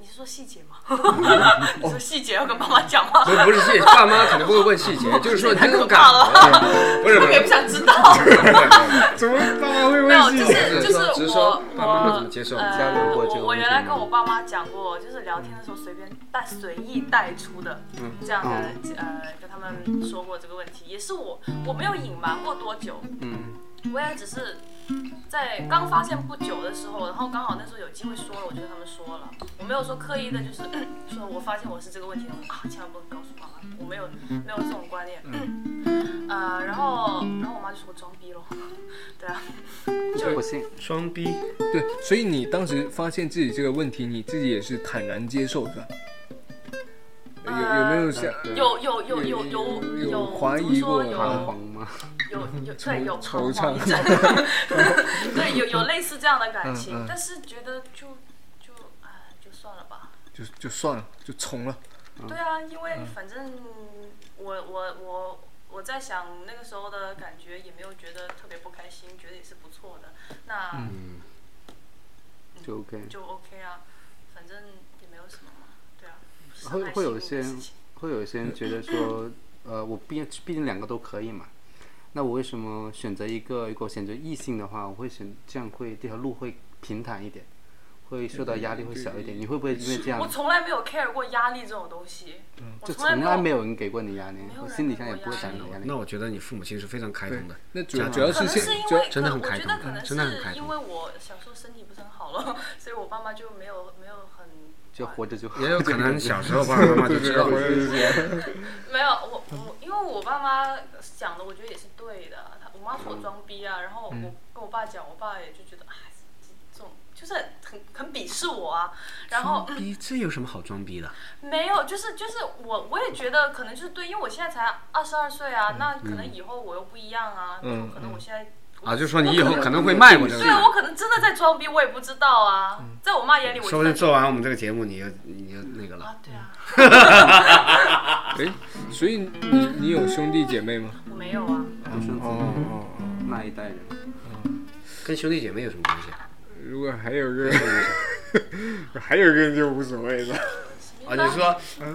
Speaker 6: 你是说细节吗？ 你说细节要跟爸妈讲吗？
Speaker 2: 不是不是细，爸妈可能会问细节， 就是说你这 种感
Speaker 6: 太可怕
Speaker 2: 觉，不是
Speaker 6: 我
Speaker 2: 不
Speaker 6: 也不
Speaker 2: 是，
Speaker 6: 想知道。
Speaker 3: 哎怎么爸妈会
Speaker 6: 没有，
Speaker 3: 问
Speaker 6: 就
Speaker 3: 自己？
Speaker 6: 是
Speaker 2: 只
Speaker 6: 就是是
Speaker 2: 说只是
Speaker 6: 我
Speaker 2: 说
Speaker 6: 我
Speaker 2: 爸妈妈怎么接受
Speaker 5: 交流
Speaker 6: 呃，
Speaker 5: 过这个
Speaker 6: 我我
Speaker 5: 问题
Speaker 6: 原来
Speaker 5: 吗
Speaker 6: 跟我爸妈讲过，就是聊天的时候随便带随意带出的
Speaker 2: 嗯
Speaker 6: 这样的呃，跟他们说过这个问题，也是我我没有隐瞒过多久，
Speaker 5: 嗯，
Speaker 6: 我也只是在刚发现不久的时候，然后刚好那时候有机会说了，我就跟他们说了，我没有说刻意的，就是 说我发现我是这个问题了啊，千万不能告诉爸妈，我没有
Speaker 2: 嗯
Speaker 6: 没有这种观念， 呃，然后然后我妈就说我装逼咯， 对啊，
Speaker 5: 就不信。
Speaker 2: 双逼，
Speaker 3: 对，所以你当时发现自己这个问题，你自己也是坦然接受的。有
Speaker 6: 呃
Speaker 3: 有没有想
Speaker 6: 有有有有有
Speaker 3: 有
Speaker 6: 有
Speaker 3: 怀疑过
Speaker 6: 怎
Speaker 3: 吗
Speaker 6: 么说
Speaker 5: 彷徨吗？
Speaker 6: 有有有对有
Speaker 3: 惆
Speaker 6: 彷徨
Speaker 3: 怅
Speaker 6: 症对有有类似这样的感
Speaker 3: 嗯
Speaker 6: 情
Speaker 3: 嗯，
Speaker 6: 但是觉得就就哎就算了吧。
Speaker 3: 就就算了，就从了。
Speaker 6: 对啊，因为反正我我我我在想那个时候的感觉，也没有觉得特别不开心，觉得也是不错的，那
Speaker 2: 嗯
Speaker 3: 嗯
Speaker 5: 就 OK。
Speaker 6: 就 OK 啊，反正也没有什么嘛，对啊，不是
Speaker 5: 会
Speaker 6: 太
Speaker 5: 会有
Speaker 6: 幸运的
Speaker 5: 些
Speaker 6: 事情
Speaker 5: 会有些人觉得说，呃，我毕竟毕竟两个都可以嘛，那我为什么选择一个？如果选择异性的话，我会选这样会这条路会平坦一点，会受到压力会小一
Speaker 2: 嗯
Speaker 5: 点。你会不会因为这
Speaker 6: 我
Speaker 5: 样？
Speaker 6: 从来没有 care 过压力这种东西，我
Speaker 5: 嗯就
Speaker 6: 从来
Speaker 5: 从
Speaker 6: 没
Speaker 5: 来
Speaker 6: 有
Speaker 5: 没有人给过你压力
Speaker 6: 没，有
Speaker 5: 我
Speaker 6: 人
Speaker 5: 心里
Speaker 6: 给
Speaker 5: 上也
Speaker 6: 过
Speaker 5: 不会
Speaker 6: 压
Speaker 5: 想
Speaker 6: 力
Speaker 5: 你压力。
Speaker 2: 那我觉得你父母亲是非常开
Speaker 3: 对
Speaker 2: 通的，，
Speaker 3: 那主
Speaker 2: 这样
Speaker 3: 主要
Speaker 6: 可
Speaker 3: 是
Speaker 6: 能
Speaker 3: 现
Speaker 6: 是因
Speaker 3: 主要
Speaker 6: 为，
Speaker 2: 真的很
Speaker 6: 可
Speaker 2: 开
Speaker 6: 我觉得
Speaker 2: 通
Speaker 6: 可能
Speaker 2: 真的很开
Speaker 6: 是
Speaker 2: 通
Speaker 6: 因为我小时候身体不是很好了， 所以我爸妈就没有没有很
Speaker 5: 就活着就好。
Speaker 2: 也有可能 小时候爸爸妈妈就
Speaker 3: 对对
Speaker 2: 知
Speaker 3: 对
Speaker 2: 道
Speaker 3: 我
Speaker 2: 了。
Speaker 3: 也是这样
Speaker 6: 没有我我，因为我爸妈讲的，我觉得也是对的。他我妈说
Speaker 2: 嗯
Speaker 6: 我装逼啊，然后我跟我爸讲，我爸也就觉得哎，这这种就是很很鄙视我啊。 然后
Speaker 2: 逼，这有什么好装逼的？
Speaker 6: 没有，就是就是我我也觉得可能就是对，因为我现在才二十二岁
Speaker 2: 嗯
Speaker 6: 啊，那可能以后我又不一样啊，
Speaker 3: 嗯
Speaker 6: 就可能我现在。
Speaker 2: 啊，就说你以后可能会卖我这个
Speaker 6: 对，啊我可能真的在装逼，我也不知道啊。在我妈眼里，我
Speaker 2: 嗯说
Speaker 6: 就
Speaker 2: 不定
Speaker 6: 在
Speaker 2: 做完我们这个节目，你就你就那个了。
Speaker 6: 啊，对啊，
Speaker 3: 哎，所以你你有兄弟姐妹吗？
Speaker 6: 我没有啊。
Speaker 5: 独
Speaker 2: 嗯
Speaker 5: 生子
Speaker 3: 哦哦哦，
Speaker 5: 那一代人，
Speaker 2: 跟兄弟姐妹有什么关系啊？
Speaker 3: 如果还有个 还有个就无所谓了。
Speaker 2: 啊，你说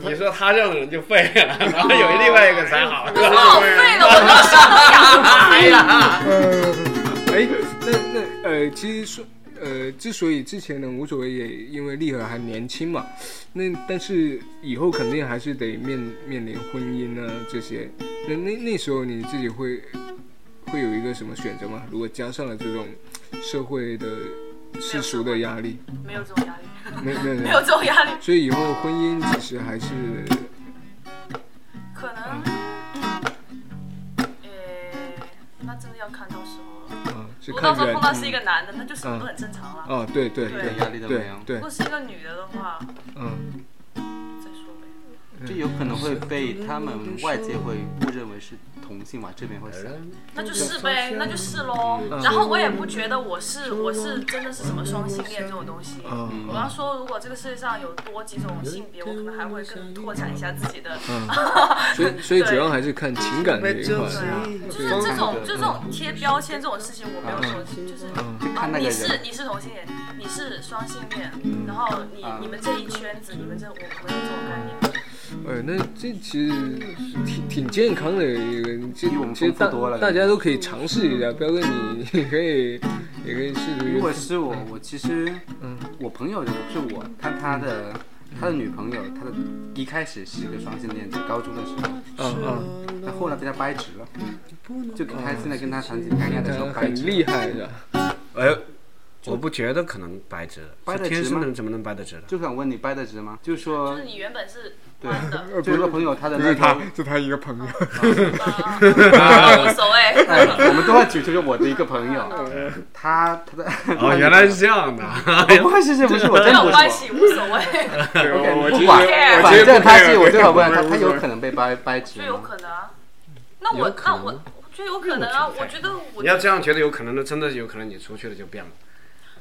Speaker 2: 你说他这样的人就废了，然后
Speaker 5: 哦
Speaker 2: 有另外一个才好。
Speaker 6: 我好废了，我都受不了。
Speaker 3: 哎，
Speaker 6: 哎呀，
Speaker 3: 那那呃，其实说呃，之所以之前呢无所谓，也因为丽和还年轻嘛。那但是以后肯定还是得面面临婚姻啊这些。那那那时候你自己会会有一个什么选择吗？如果加上了这种社会的世俗的压力，
Speaker 6: 没有这种压力，
Speaker 3: 没有没有没
Speaker 6: 没有
Speaker 3: 有。
Speaker 6: 这种压力。
Speaker 3: 所以以后婚姻其实还是
Speaker 6: 可能，呃，那真的要看到时候了。
Speaker 3: 啊、是
Speaker 6: 我到
Speaker 3: 看
Speaker 6: 时候
Speaker 3: 人
Speaker 6: 碰。到是一个男的，那就什么都很正常了。
Speaker 3: 哦，对对
Speaker 6: 对
Speaker 3: 对
Speaker 5: 压力都没
Speaker 3: 对
Speaker 5: 有
Speaker 6: 如
Speaker 3: 对
Speaker 6: 果，是一个女的的话，
Speaker 3: 嗯，
Speaker 6: 再说呗。
Speaker 5: 就有可能会被他们外界会误认为是同性嘛，这边会想，
Speaker 6: 那就是呗，那就是喽。然后我也不觉得我是我是真的是什么双性恋这种东西。
Speaker 3: 嗯
Speaker 6: 我要说，如果这个世界上有多几种性别，我可能还会更拓展一下自己的。
Speaker 3: 所以所以主要还是看情感这一块。
Speaker 6: 对啊，就是
Speaker 5: 嗯
Speaker 6: 这种就这种贴标签这种事情，我没有说，就是啊，
Speaker 5: 嗯看那个
Speaker 6: 你
Speaker 5: 人
Speaker 6: 是你是同性恋，你是双性恋，然后你
Speaker 5: 嗯
Speaker 6: 你们这一圈子，你们这我没有这种概念。
Speaker 3: 哎，那这其实是挺挺健康的一个，这
Speaker 5: 比我们
Speaker 3: 其实
Speaker 5: 丰富
Speaker 3: 大
Speaker 5: 多了
Speaker 3: 大家都可以尝试一下。彪哥，你你可以也可以试着约
Speaker 5: 如果是我，我其实，
Speaker 3: 嗯
Speaker 5: 我朋友就是我，看他的他的女朋友，他的一开始是一个双性恋，在高中的时候，
Speaker 3: 嗯嗯，
Speaker 5: 那后来被他掰直了，嗯就跟他现在跟他谈起谈恋爱的时候
Speaker 3: 他
Speaker 5: 掰
Speaker 3: 很
Speaker 5: 直了，
Speaker 3: 厉害的。
Speaker 2: 哎，我不觉得可能掰直，
Speaker 5: 掰得
Speaker 2: 是天
Speaker 5: 直
Speaker 2: 生
Speaker 5: 吗
Speaker 2: 能怎么能掰得直呢？
Speaker 5: 就想问你掰得直吗？就是
Speaker 6: 就
Speaker 5: 说
Speaker 6: 是，你原本是 弯的，
Speaker 5: 就有个朋友他的
Speaker 3: 不
Speaker 5: 那
Speaker 3: 是 他
Speaker 5: 个，，
Speaker 3: 是他一个朋友。
Speaker 6: 啊啊无所谓。
Speaker 5: 哎我们都要举出我的一个朋 友，他他 的
Speaker 2: 哦，原来是这样的。
Speaker 5: 不会是是不是我
Speaker 6: 没
Speaker 5: 真
Speaker 6: 有
Speaker 5: 不是
Speaker 6: 关
Speaker 5: 我。
Speaker 6: 系，无所 谓，
Speaker 3: 我
Speaker 5: 不管，
Speaker 6: care
Speaker 5: 反正他是我最好问
Speaker 3: 不
Speaker 5: 他，
Speaker 3: care，
Speaker 5: 他有可能被掰掰直
Speaker 6: 就
Speaker 5: 吗。
Speaker 6: 有可能啊。那
Speaker 2: 有
Speaker 6: 我
Speaker 2: 可
Speaker 6: 那
Speaker 2: 能
Speaker 6: 我我觉得有可能啊，我觉得我
Speaker 2: 你要这样觉得有可能的，真的有可能你出去了就变了，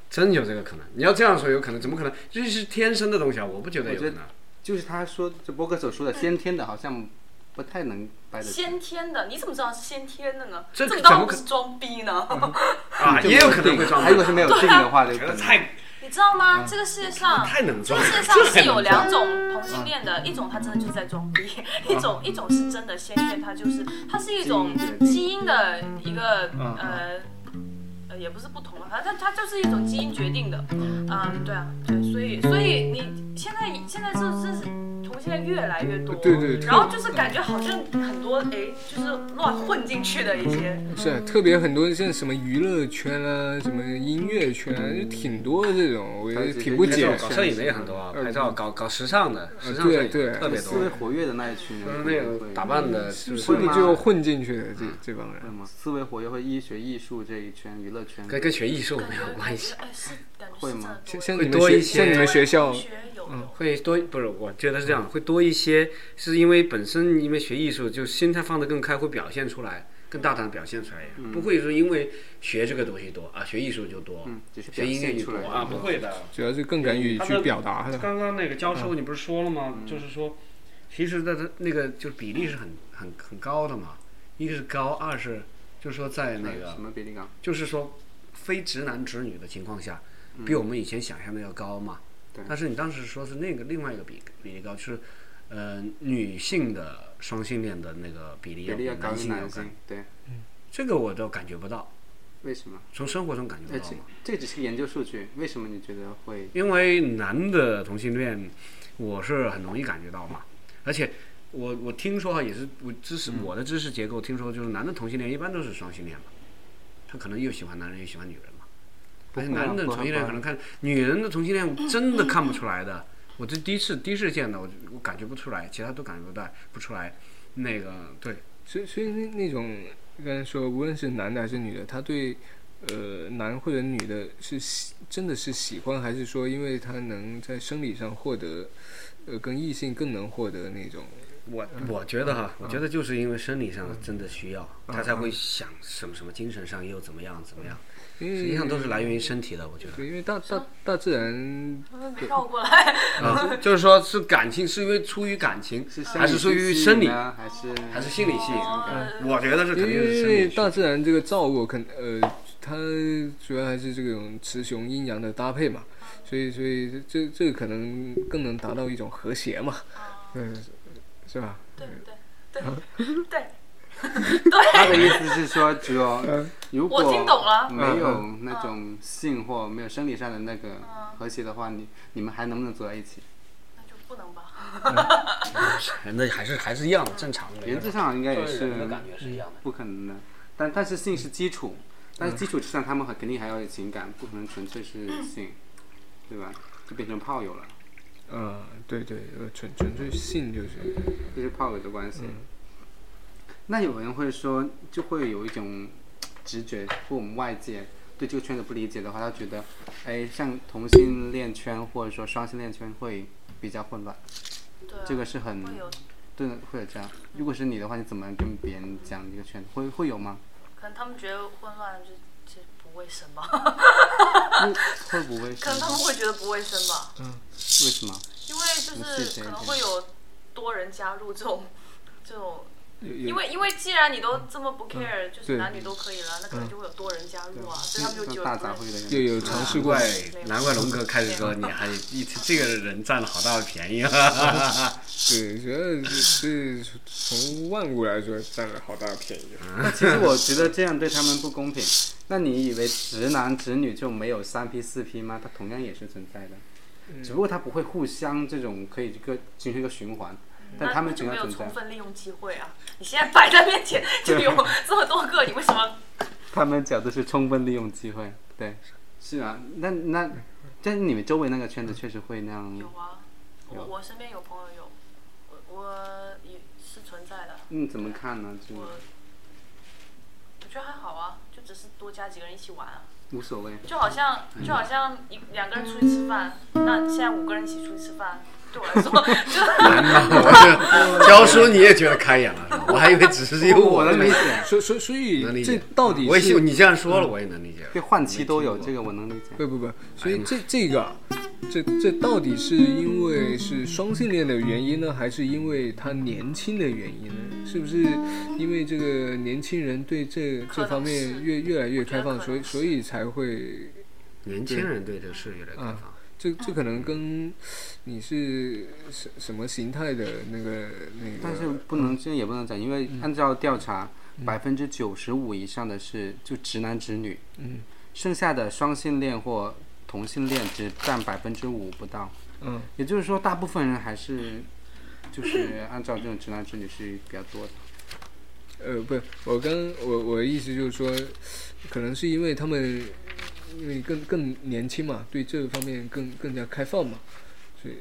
Speaker 2: 真有这个可能。你要这样说有可能，怎么可能？这是天生的东西啊，我不觉得有可
Speaker 5: 我觉
Speaker 2: 能。
Speaker 5: 就是他说，就波哥所说的先天的，好像不太能掰得直。
Speaker 6: 先天的，你怎么知道是先天的呢？
Speaker 2: 这
Speaker 6: 怎么知
Speaker 2: 怎
Speaker 6: 道
Speaker 2: 么
Speaker 6: 我
Speaker 2: 可
Speaker 6: 是装逼呢？
Speaker 2: 啊，也有可能会撞
Speaker 5: 还有个是没
Speaker 2: 有，
Speaker 5: 有定的话，就
Speaker 2: 觉
Speaker 5: 可
Speaker 2: 得
Speaker 5: 能
Speaker 2: 太
Speaker 6: 你知道
Speaker 5: 嗯
Speaker 6: 吗？这个世界上，
Speaker 2: 太能
Speaker 6: 这
Speaker 2: 撞
Speaker 6: 个
Speaker 2: 了，
Speaker 6: 世界上是有两种同性恋的，一种他真的就是在装逼，一
Speaker 3: 嗯
Speaker 6: 种一种是真的先天，他就是它是一种基因的一个
Speaker 3: 嗯
Speaker 6: 呃。呃，也不是不同吧，反正它它就是一种基因决定的，嗯，对啊，对，所以所以你现在现在这这是同性恋越来越多，
Speaker 3: 对对
Speaker 6: 然后就是感觉好像很多哎，就是乱混进去的一些，
Speaker 3: 是啊，特别很多像什么娱乐圈啊，什么音乐圈啊，就挺多这种，我觉得挺不
Speaker 5: 还
Speaker 2: 拍
Speaker 5: 有这
Speaker 3: 解
Speaker 2: 照
Speaker 5: 个
Speaker 3: 释嗯
Speaker 2: 搞摄影的也很多啊，拍照搞搞时尚的，时尚摄
Speaker 3: 对
Speaker 2: 影
Speaker 3: 对
Speaker 2: 特别
Speaker 5: 思维
Speaker 2: 多，
Speaker 5: 活跃的那一群人
Speaker 2: 嗯，
Speaker 5: 会
Speaker 2: 那个打扮的，是不嗯
Speaker 3: 所
Speaker 2: 是
Speaker 3: 以就混进去的这这帮人
Speaker 5: 会。吗？思维活跃会医学、艺术这一圈、娱乐圈，
Speaker 2: 跟跟学艺术
Speaker 6: 感
Speaker 2: 没
Speaker 6: 觉
Speaker 2: 有关系？
Speaker 6: 感觉哎，是感觉
Speaker 5: 会
Speaker 6: 是
Speaker 5: 吗
Speaker 6: 真
Speaker 3: 像
Speaker 6: 的
Speaker 3: 像
Speaker 2: 会
Speaker 3: 你
Speaker 2: 多
Speaker 3: 们
Speaker 2: 一
Speaker 3: 学，
Speaker 2: 些
Speaker 3: 像你们学校嗯
Speaker 6: 多同，学有有
Speaker 2: 会多不是？我觉得是这样，会多一些，是因为本身因为学艺术，就心态放得更开，会表现出来，更大胆地表现出来，不会说因为学这个东西多啊，学艺术就多，
Speaker 5: 嗯，只是表
Speaker 2: 学音乐
Speaker 5: 现
Speaker 2: 就
Speaker 5: 出
Speaker 2: 多
Speaker 5: 来
Speaker 2: 啊，不会的。
Speaker 3: 主要是更敢于去表达的。
Speaker 2: 刚刚那个教授，你不是说了
Speaker 5: 嗯
Speaker 2: 吗？就是说，其实的它那个就是比例是很很很高的嘛，一个是高，二是就是说在那个
Speaker 5: 什么别的岗，
Speaker 2: 就是说非直男直女的情况下，比我们以前想象的要高嘛。
Speaker 5: 嗯对
Speaker 2: 但是你当时说是那个另外一个比比例高，就是呃女性的双性恋的那个比例
Speaker 5: 比
Speaker 2: 要
Speaker 5: 例
Speaker 2: 比
Speaker 5: 要高于
Speaker 2: 性要
Speaker 5: 男
Speaker 2: 高
Speaker 5: 性，，对，
Speaker 2: 这个我都感觉不到，
Speaker 5: 为什么？
Speaker 2: 从生活中感觉
Speaker 5: 哎，
Speaker 2: 不到
Speaker 5: 这
Speaker 2: 嘛。
Speaker 5: 这只是个研究数据，为什么你觉得会？
Speaker 2: 因为男的同性恋，我是很容易感觉到嘛，而且我我听说哈，也是我知识我的知识结构听说就是男的同性恋一般都是双性恋嘛，他可能又喜欢男人又喜欢女人嘛，
Speaker 5: 不
Speaker 2: 而
Speaker 5: 会
Speaker 2: 且
Speaker 5: 啊
Speaker 2: 男的
Speaker 5: 不会
Speaker 2: 同性恋
Speaker 5: 不
Speaker 2: 可能
Speaker 5: 会
Speaker 2: 看女人的同性恋我真的看不出来的，我这第一次第一次见的我就我感觉不出来，其他都感觉不到不出来，那个对
Speaker 3: 所以所以那那种刚才说，无论是男的还是女的，他对呃男或者女的是喜真的是喜欢，还是说因为他能在生理上获得，呃，跟异性更能获得那种
Speaker 2: 我我觉得哈，我觉得就是因为生理上真的需要，他才会想什么什么精神上又怎么样怎么样，
Speaker 3: 因为
Speaker 2: 实际上都是来源于身体的，我觉得。
Speaker 3: 对，因为大大大自然
Speaker 6: 没绕过来，
Speaker 2: 啊，就是说是感情，是因为出于感情，
Speaker 5: 是
Speaker 2: 还是出于生
Speaker 5: 生
Speaker 2: 理，
Speaker 5: 呢，啊还是
Speaker 2: 还是心理吸引？
Speaker 6: 哦
Speaker 2: 我觉得是肯
Speaker 3: 因
Speaker 2: 定
Speaker 3: 为
Speaker 2: 是
Speaker 3: 因
Speaker 2: 生理
Speaker 3: 为
Speaker 2: 吸
Speaker 3: 大
Speaker 2: 引。
Speaker 3: 自然这个照顾，肯呃，它主要还是这种雌雄阴阳的搭配嘛，所以所以这这个可能更能达到一种和谐嘛，嗯，是吧？
Speaker 6: 对对
Speaker 3: 嗯
Speaker 6: 对对。
Speaker 5: 他的意思是说，只有
Speaker 2: 嗯
Speaker 5: 如果
Speaker 6: 我听懂了
Speaker 5: 没有那种性或没有生理上的那个
Speaker 6: 嗯
Speaker 5: 和谐的话，你你们还能不能走在一起？
Speaker 6: 那就不能吧？
Speaker 2: 那还是还是一样的，正常的。
Speaker 5: 原则上应该也
Speaker 2: 对
Speaker 5: 是
Speaker 2: 人的感觉是一样的。
Speaker 5: 不可能的，但但是性是基础，但是基础之上他们还肯定还要有情感，不可能纯粹是性，对吧？就变成炮友了，
Speaker 3: 呃，对对，呃纯纯粹性就是，
Speaker 5: 这是炮友的关系。那有人会说，就会有一种直觉或我们外界对这个圈子不理解的话，他觉得，哎，像同性恋圈或者说双性恋圈会比较混乱，
Speaker 6: 对啊
Speaker 5: 这个是嗯很
Speaker 6: 会有，
Speaker 5: 对，会有这样。如果是你的话，你怎么跟别人讲这个圈子？会会有 吗？
Speaker 6: 可能他们觉得混乱就就不卫生 吧，
Speaker 5: 会不会是？
Speaker 6: 可能他们会觉得不卫生吧，
Speaker 3: 啊
Speaker 5: 为什么？
Speaker 6: 因为就是可能会有多人加入这种这种。
Speaker 3: 啊
Speaker 6: 因为因为既然你都这么
Speaker 5: 嗯
Speaker 6: 不 care，、就是
Speaker 3: 对
Speaker 6: 男女都可以了，那可能就会有多人加入啊，所以他们就
Speaker 5: 像
Speaker 6: 觉得
Speaker 5: 大
Speaker 6: 不
Speaker 5: 杂
Speaker 6: 是
Speaker 5: 烩的
Speaker 3: 又
Speaker 5: 人，
Speaker 3: 有尝试
Speaker 2: 难
Speaker 3: 过
Speaker 2: 怪，难怪龙哥开始说你还一这个人占了好大的便宜啊！
Speaker 3: 对，觉得是是从万物来说占了好大的便宜。
Speaker 5: 那其实我觉得这样对他们不公平。那你以为直男直女就没有三 P 四 P 吗？它同样也是存在的，只不过它不会互相这种可以一个形成一个循环，但
Speaker 6: 嗯那
Speaker 5: 他们
Speaker 6: 就
Speaker 5: 同
Speaker 6: 没
Speaker 5: 样
Speaker 6: 有
Speaker 5: 存在
Speaker 6: 充。分利用机会 啊！你现在摆在面前就有这么多个，你为什么？
Speaker 5: 他们讲的是充分利用机会，对，是啊，那那，但是你们周围那个圈子确实会那样，
Speaker 6: 有啊，我
Speaker 5: 嗯有
Speaker 6: 我身边有朋友有，我我也是存在的。
Speaker 5: 你嗯怎么看呢？就
Speaker 6: 我我觉得还好啊，就只是多加几个人一起玩啊，
Speaker 5: 无所谓，
Speaker 6: 就好像就好像一两个人出去吃饭，那现在五个人一起出去吃饭，对我来说就
Speaker 2: 教书你也觉得开眼了是吧， 我还以为只是因为
Speaker 5: 我能理
Speaker 2: 没啊
Speaker 5: 解，
Speaker 3: 所所所
Speaker 2: 能理
Speaker 3: 以这
Speaker 2: 解，
Speaker 3: 到底
Speaker 2: 我也信
Speaker 3: 是
Speaker 2: 你嗯这样说了，我也能理解。
Speaker 5: 对换妻都有，
Speaker 2: 没听过
Speaker 5: 这个我能理解。
Speaker 3: 不不不，所以这这个啊，这这到底是因为是双性恋的原因呢，还是因为他年轻的原因呢？是不是因为这个年轻人对这
Speaker 6: 可
Speaker 3: 这
Speaker 6: 能
Speaker 3: 方面
Speaker 6: 是
Speaker 3: 越越来越开
Speaker 6: 我觉得可
Speaker 3: 放，
Speaker 6: 能
Speaker 3: 所以所以才会
Speaker 2: 年轻人对这个事越来越开放，
Speaker 3: 这这可能跟你是什什么形态的那个那个，
Speaker 5: 但是不能这也不能讲，因为按照调查，百分之九十五以上的是就直男直女，
Speaker 3: 嗯，
Speaker 5: 剩下的双性恋或同性恋只占百分之五不到，
Speaker 3: 嗯，
Speaker 5: 也就是说大部分人还是就是按照这种直男直女是比较多的。
Speaker 3: 呃，不，我刚我我的意思就是说，可能是因为他们因为更更年轻嘛，对这方面更更加开放嘛，所以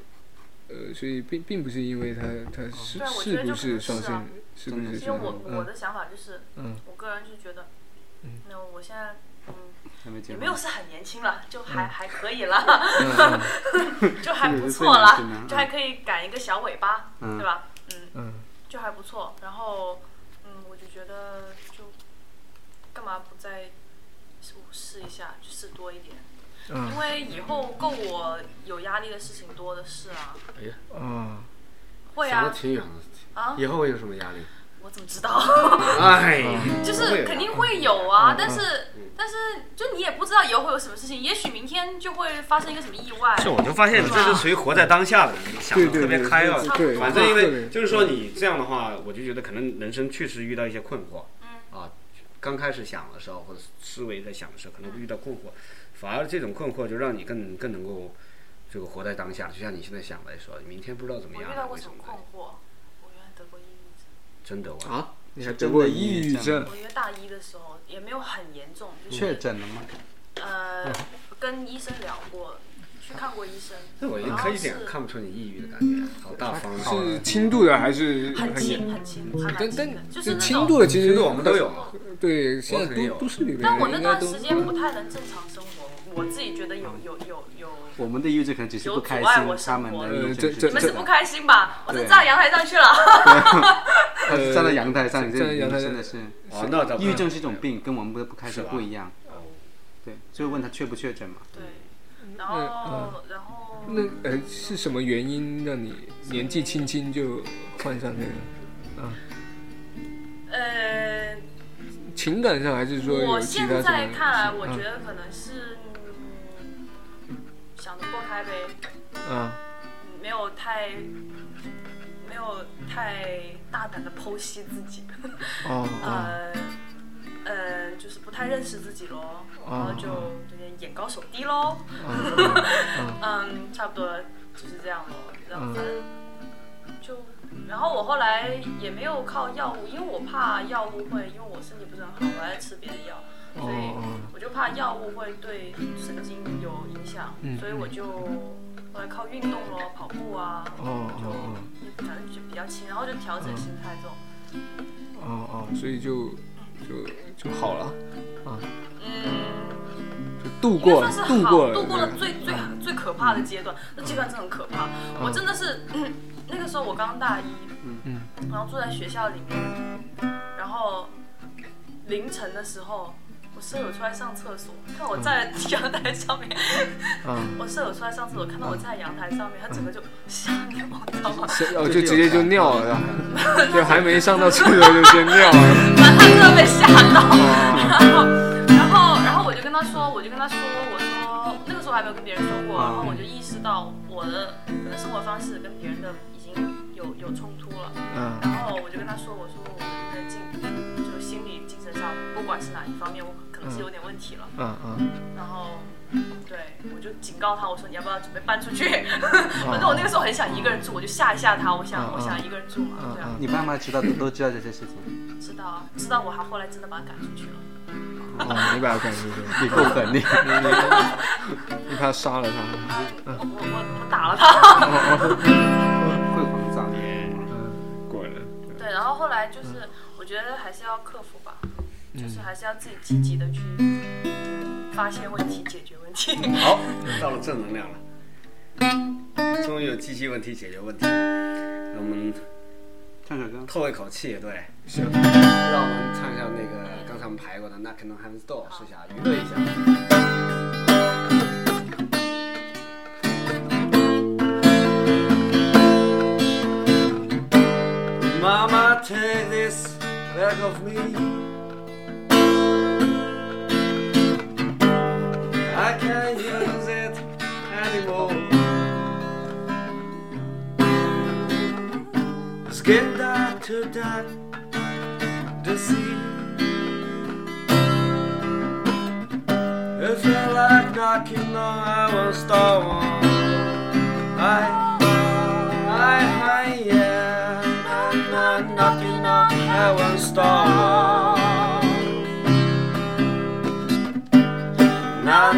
Speaker 3: 呃，所以并并不是因为他他是
Speaker 6: 哦对
Speaker 3: 是不
Speaker 6: 我觉得就是可能是
Speaker 3: 双性
Speaker 6: 啊，
Speaker 3: 是不
Speaker 5: 真的
Speaker 3: 是
Speaker 5: 是
Speaker 6: 因为
Speaker 3: 双
Speaker 6: 我
Speaker 3: 性？
Speaker 6: 我
Speaker 3: 嗯
Speaker 6: 的想法就是，
Speaker 3: 嗯
Speaker 6: 我个人是觉得，
Speaker 3: 嗯
Speaker 6: 那我现在嗯。
Speaker 5: 还没结
Speaker 6: 也
Speaker 5: 婚
Speaker 6: 没有是很年轻了，就还、还可以了，
Speaker 3: 嗯
Speaker 6: 就还不错
Speaker 5: 这个是最年轻的
Speaker 6: 了
Speaker 5: 嗯，
Speaker 6: 就还可以赶一个小尾巴，
Speaker 5: 嗯
Speaker 6: 对吧？嗯，
Speaker 3: 嗯
Speaker 6: 就还不错。然后，嗯，我就觉得就干嘛不再试试一下，就试多一点，
Speaker 3: 嗯
Speaker 6: 因为以后够我有压力的事情多的是啊。
Speaker 3: 嗯啊，
Speaker 6: 会
Speaker 2: 什么
Speaker 6: 啊
Speaker 2: 挺远
Speaker 6: 啊
Speaker 2: 的，以后会有什么压力？
Speaker 6: 我怎么知道？
Speaker 2: 哎，
Speaker 6: 就是肯定会有
Speaker 2: 嗯
Speaker 6: 啊，但是但是就你也不知道以后会有什么事情，也许明天就会发生一个什么意外。
Speaker 2: 这我就发现你这是属于活在当下的人，想
Speaker 3: 对
Speaker 2: 的
Speaker 3: 对
Speaker 2: 特别
Speaker 3: 对
Speaker 2: 开了。
Speaker 3: 对对
Speaker 2: 反正因
Speaker 3: 对
Speaker 2: 为就是说你这样的话，我就觉得可能人生确实遇到一些困惑。
Speaker 6: 嗯
Speaker 2: 啊，刚开始想的时候，或者思维在想的时候，可能会遇到困惑，反而这种困惑就让你更更能够这个活在当下。就像你现在想来说，你明天不知道怎么
Speaker 6: 我
Speaker 2: 样
Speaker 6: 遇到
Speaker 2: 了，
Speaker 6: 过
Speaker 2: 为
Speaker 6: 什
Speaker 2: 什
Speaker 6: 么
Speaker 2: 么
Speaker 6: 困惑？我原来得过抑郁症。
Speaker 2: 真的我
Speaker 5: 啊，你还
Speaker 3: 得
Speaker 5: 真
Speaker 3: 过
Speaker 5: 的
Speaker 3: 抑郁症，
Speaker 6: 我觉得大一的时候也没有很严重，就是
Speaker 5: 确诊了吗？
Speaker 6: 呃跟医生聊过，去看过医生，
Speaker 2: 那我已
Speaker 6: 哦
Speaker 2: 经可以一点看不出你抑郁的感觉，好大方啊！
Speaker 3: 是轻度的还是
Speaker 6: 很
Speaker 3: 严？
Speaker 6: 轻很轻，还蛮
Speaker 3: 但
Speaker 6: 轻的，
Speaker 3: 但
Speaker 6: 就是那
Speaker 3: 轻
Speaker 6: 种。
Speaker 3: 度的其
Speaker 2: 其
Speaker 3: 实
Speaker 2: 实我们都有，啊，
Speaker 3: 对，现在
Speaker 2: 肯定
Speaker 3: 都
Speaker 2: 有
Speaker 3: 都市里面
Speaker 6: 但我那
Speaker 3: 应该
Speaker 6: 段
Speaker 3: 都
Speaker 6: 时间不太能正常生活，我自己觉得有有有有，
Speaker 5: 我们的抑郁症可能只是
Speaker 6: 有
Speaker 5: 不开
Speaker 6: 阻碍
Speaker 5: 心
Speaker 6: 我，
Speaker 5: 他
Speaker 6: 生
Speaker 5: 们
Speaker 6: 活
Speaker 5: 的
Speaker 6: 的
Speaker 5: 抑郁
Speaker 3: 呃
Speaker 5: 症
Speaker 3: 这
Speaker 6: 你们是
Speaker 5: 不
Speaker 6: 不
Speaker 5: 开，
Speaker 6: 开心吧？我
Speaker 5: 对
Speaker 6: 是站阳台上 去了，
Speaker 5: 他是站在阳台上，你这
Speaker 3: 站在阳台上
Speaker 5: 真的是。
Speaker 2: 哦，那咱
Speaker 5: 抑郁
Speaker 2: 们
Speaker 5: 症是一种病，跟我们的不开
Speaker 2: 是
Speaker 5: 心
Speaker 2: 吧
Speaker 5: 不一样。对，就是问他确不确诊嘛。
Speaker 6: 对，然后然后
Speaker 3: 嗯那呃是什么原因让你年纪轻轻就患上这个？
Speaker 6: 呃。
Speaker 3: 情感上还是说有
Speaker 6: 我
Speaker 3: 其
Speaker 6: 现
Speaker 3: 他什么？
Speaker 6: 在看来，我
Speaker 3: 嗯
Speaker 6: 觉得可能是、嗯想得过开呗，
Speaker 3: 啊，
Speaker 6: 没有太没有太大胆的剖析自己，
Speaker 3: 哦哦
Speaker 6: 呃呃，就是不太认识自己咯，然后就
Speaker 3: 哦
Speaker 6: 有点眼高手低咯，
Speaker 3: 哦，
Speaker 6: 嗯，差不多就是这样咯，然后
Speaker 3: 嗯
Speaker 6: 反正就。然后我后来也没有靠药物，因为我怕药物会，因为我身体不是很好，我还在吃别的药，所以
Speaker 3: 哦
Speaker 6: 我就怕药物会对神经有影响，
Speaker 3: 嗯
Speaker 6: 所以我就后来靠运动咯，跑步啊，
Speaker 3: 哦哦嗯
Speaker 6: 就反正就比较轻，然后就调整心态这种。
Speaker 3: 啊哦哦，所以就就就好了啊，
Speaker 6: 嗯
Speaker 3: 就
Speaker 6: 应
Speaker 3: 度
Speaker 6: 该
Speaker 3: 过
Speaker 6: 算是好
Speaker 3: 度过了，嗯
Speaker 6: 度过了
Speaker 3: 对
Speaker 6: 最最最可怕的阶段，那阶段真的很可怕。我真的是、嗯那个时候我刚大一，
Speaker 3: 嗯
Speaker 6: 然后住在学校里面，然后凌晨的时候，我舍友出来上厕所，看我在阳台上面，
Speaker 3: 嗯
Speaker 6: 我舍友出来上厕所，看到我在阳台上面，他整个就吓尿，你知道吗？
Speaker 3: 是哦，就直接就尿了，就还没上到厕所就先尿 了。
Speaker 6: 把他真的被吓到， 然后，然后，然后我就跟他说，我就跟他说，我说那个时候还没有跟别人说过，然后我就意识到我的可能生活方式跟别人的已经有有冲突了，
Speaker 3: 嗯
Speaker 6: 然后我就跟他说，我说我的精就心理精神上，不管是哪一方面，我可能是有点问题了，
Speaker 3: 嗯嗯，
Speaker 6: 然后。对，我就警告他，我说你要不要准备搬出去？ 反正我那个时候很想一个人住，我就吓一吓他，我想、我想一个人住嘛，啊这样
Speaker 5: 你爸妈知道都都知道这些事情，
Speaker 6: 知道啊，知道我还后来真的把他赶出去了。
Speaker 3: 哦，你把他赶出去，
Speaker 5: 你够狠你。
Speaker 3: 你怕杀了他？
Speaker 6: 我我我我打了他。
Speaker 5: 会防诈。
Speaker 3: 嗯果然，
Speaker 6: 对，然后后来就是，我觉得还是要克服吧，就是还是要自己积极的去发现问题、解决问题。
Speaker 2: 好，到了正能量了，终于有机器问题解决问题，那我们
Speaker 5: 唱首歌，
Speaker 2: 透一口气，对，
Speaker 3: 行，
Speaker 2: 让我们唱一下那个刚才我们排过的《那可能还没到》，试一下娱乐一下。Mama, take this leg of me. I can't use it anymore. Let's get down to that the sea. It feel like knocking on our star. I, I, I, yeah, knock, knock, knocking on our star. Knock,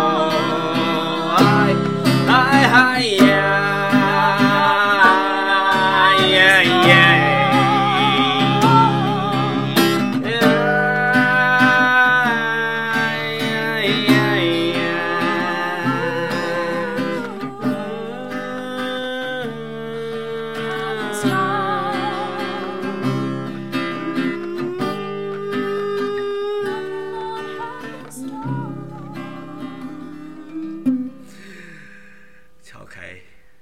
Speaker 2: I, I, I, yeah, yeah, yeah. Yeah, yeah, yeah.敲开，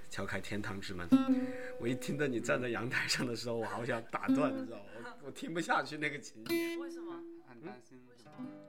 Speaker 2: 敲开天堂之门。
Speaker 6: 嗯
Speaker 2: 我一听到你站在阳台上的时候，我好想打断，你知道吗？我我听不下去那个情节。
Speaker 6: 为什么？
Speaker 5: 很担心。
Speaker 6: 为什么？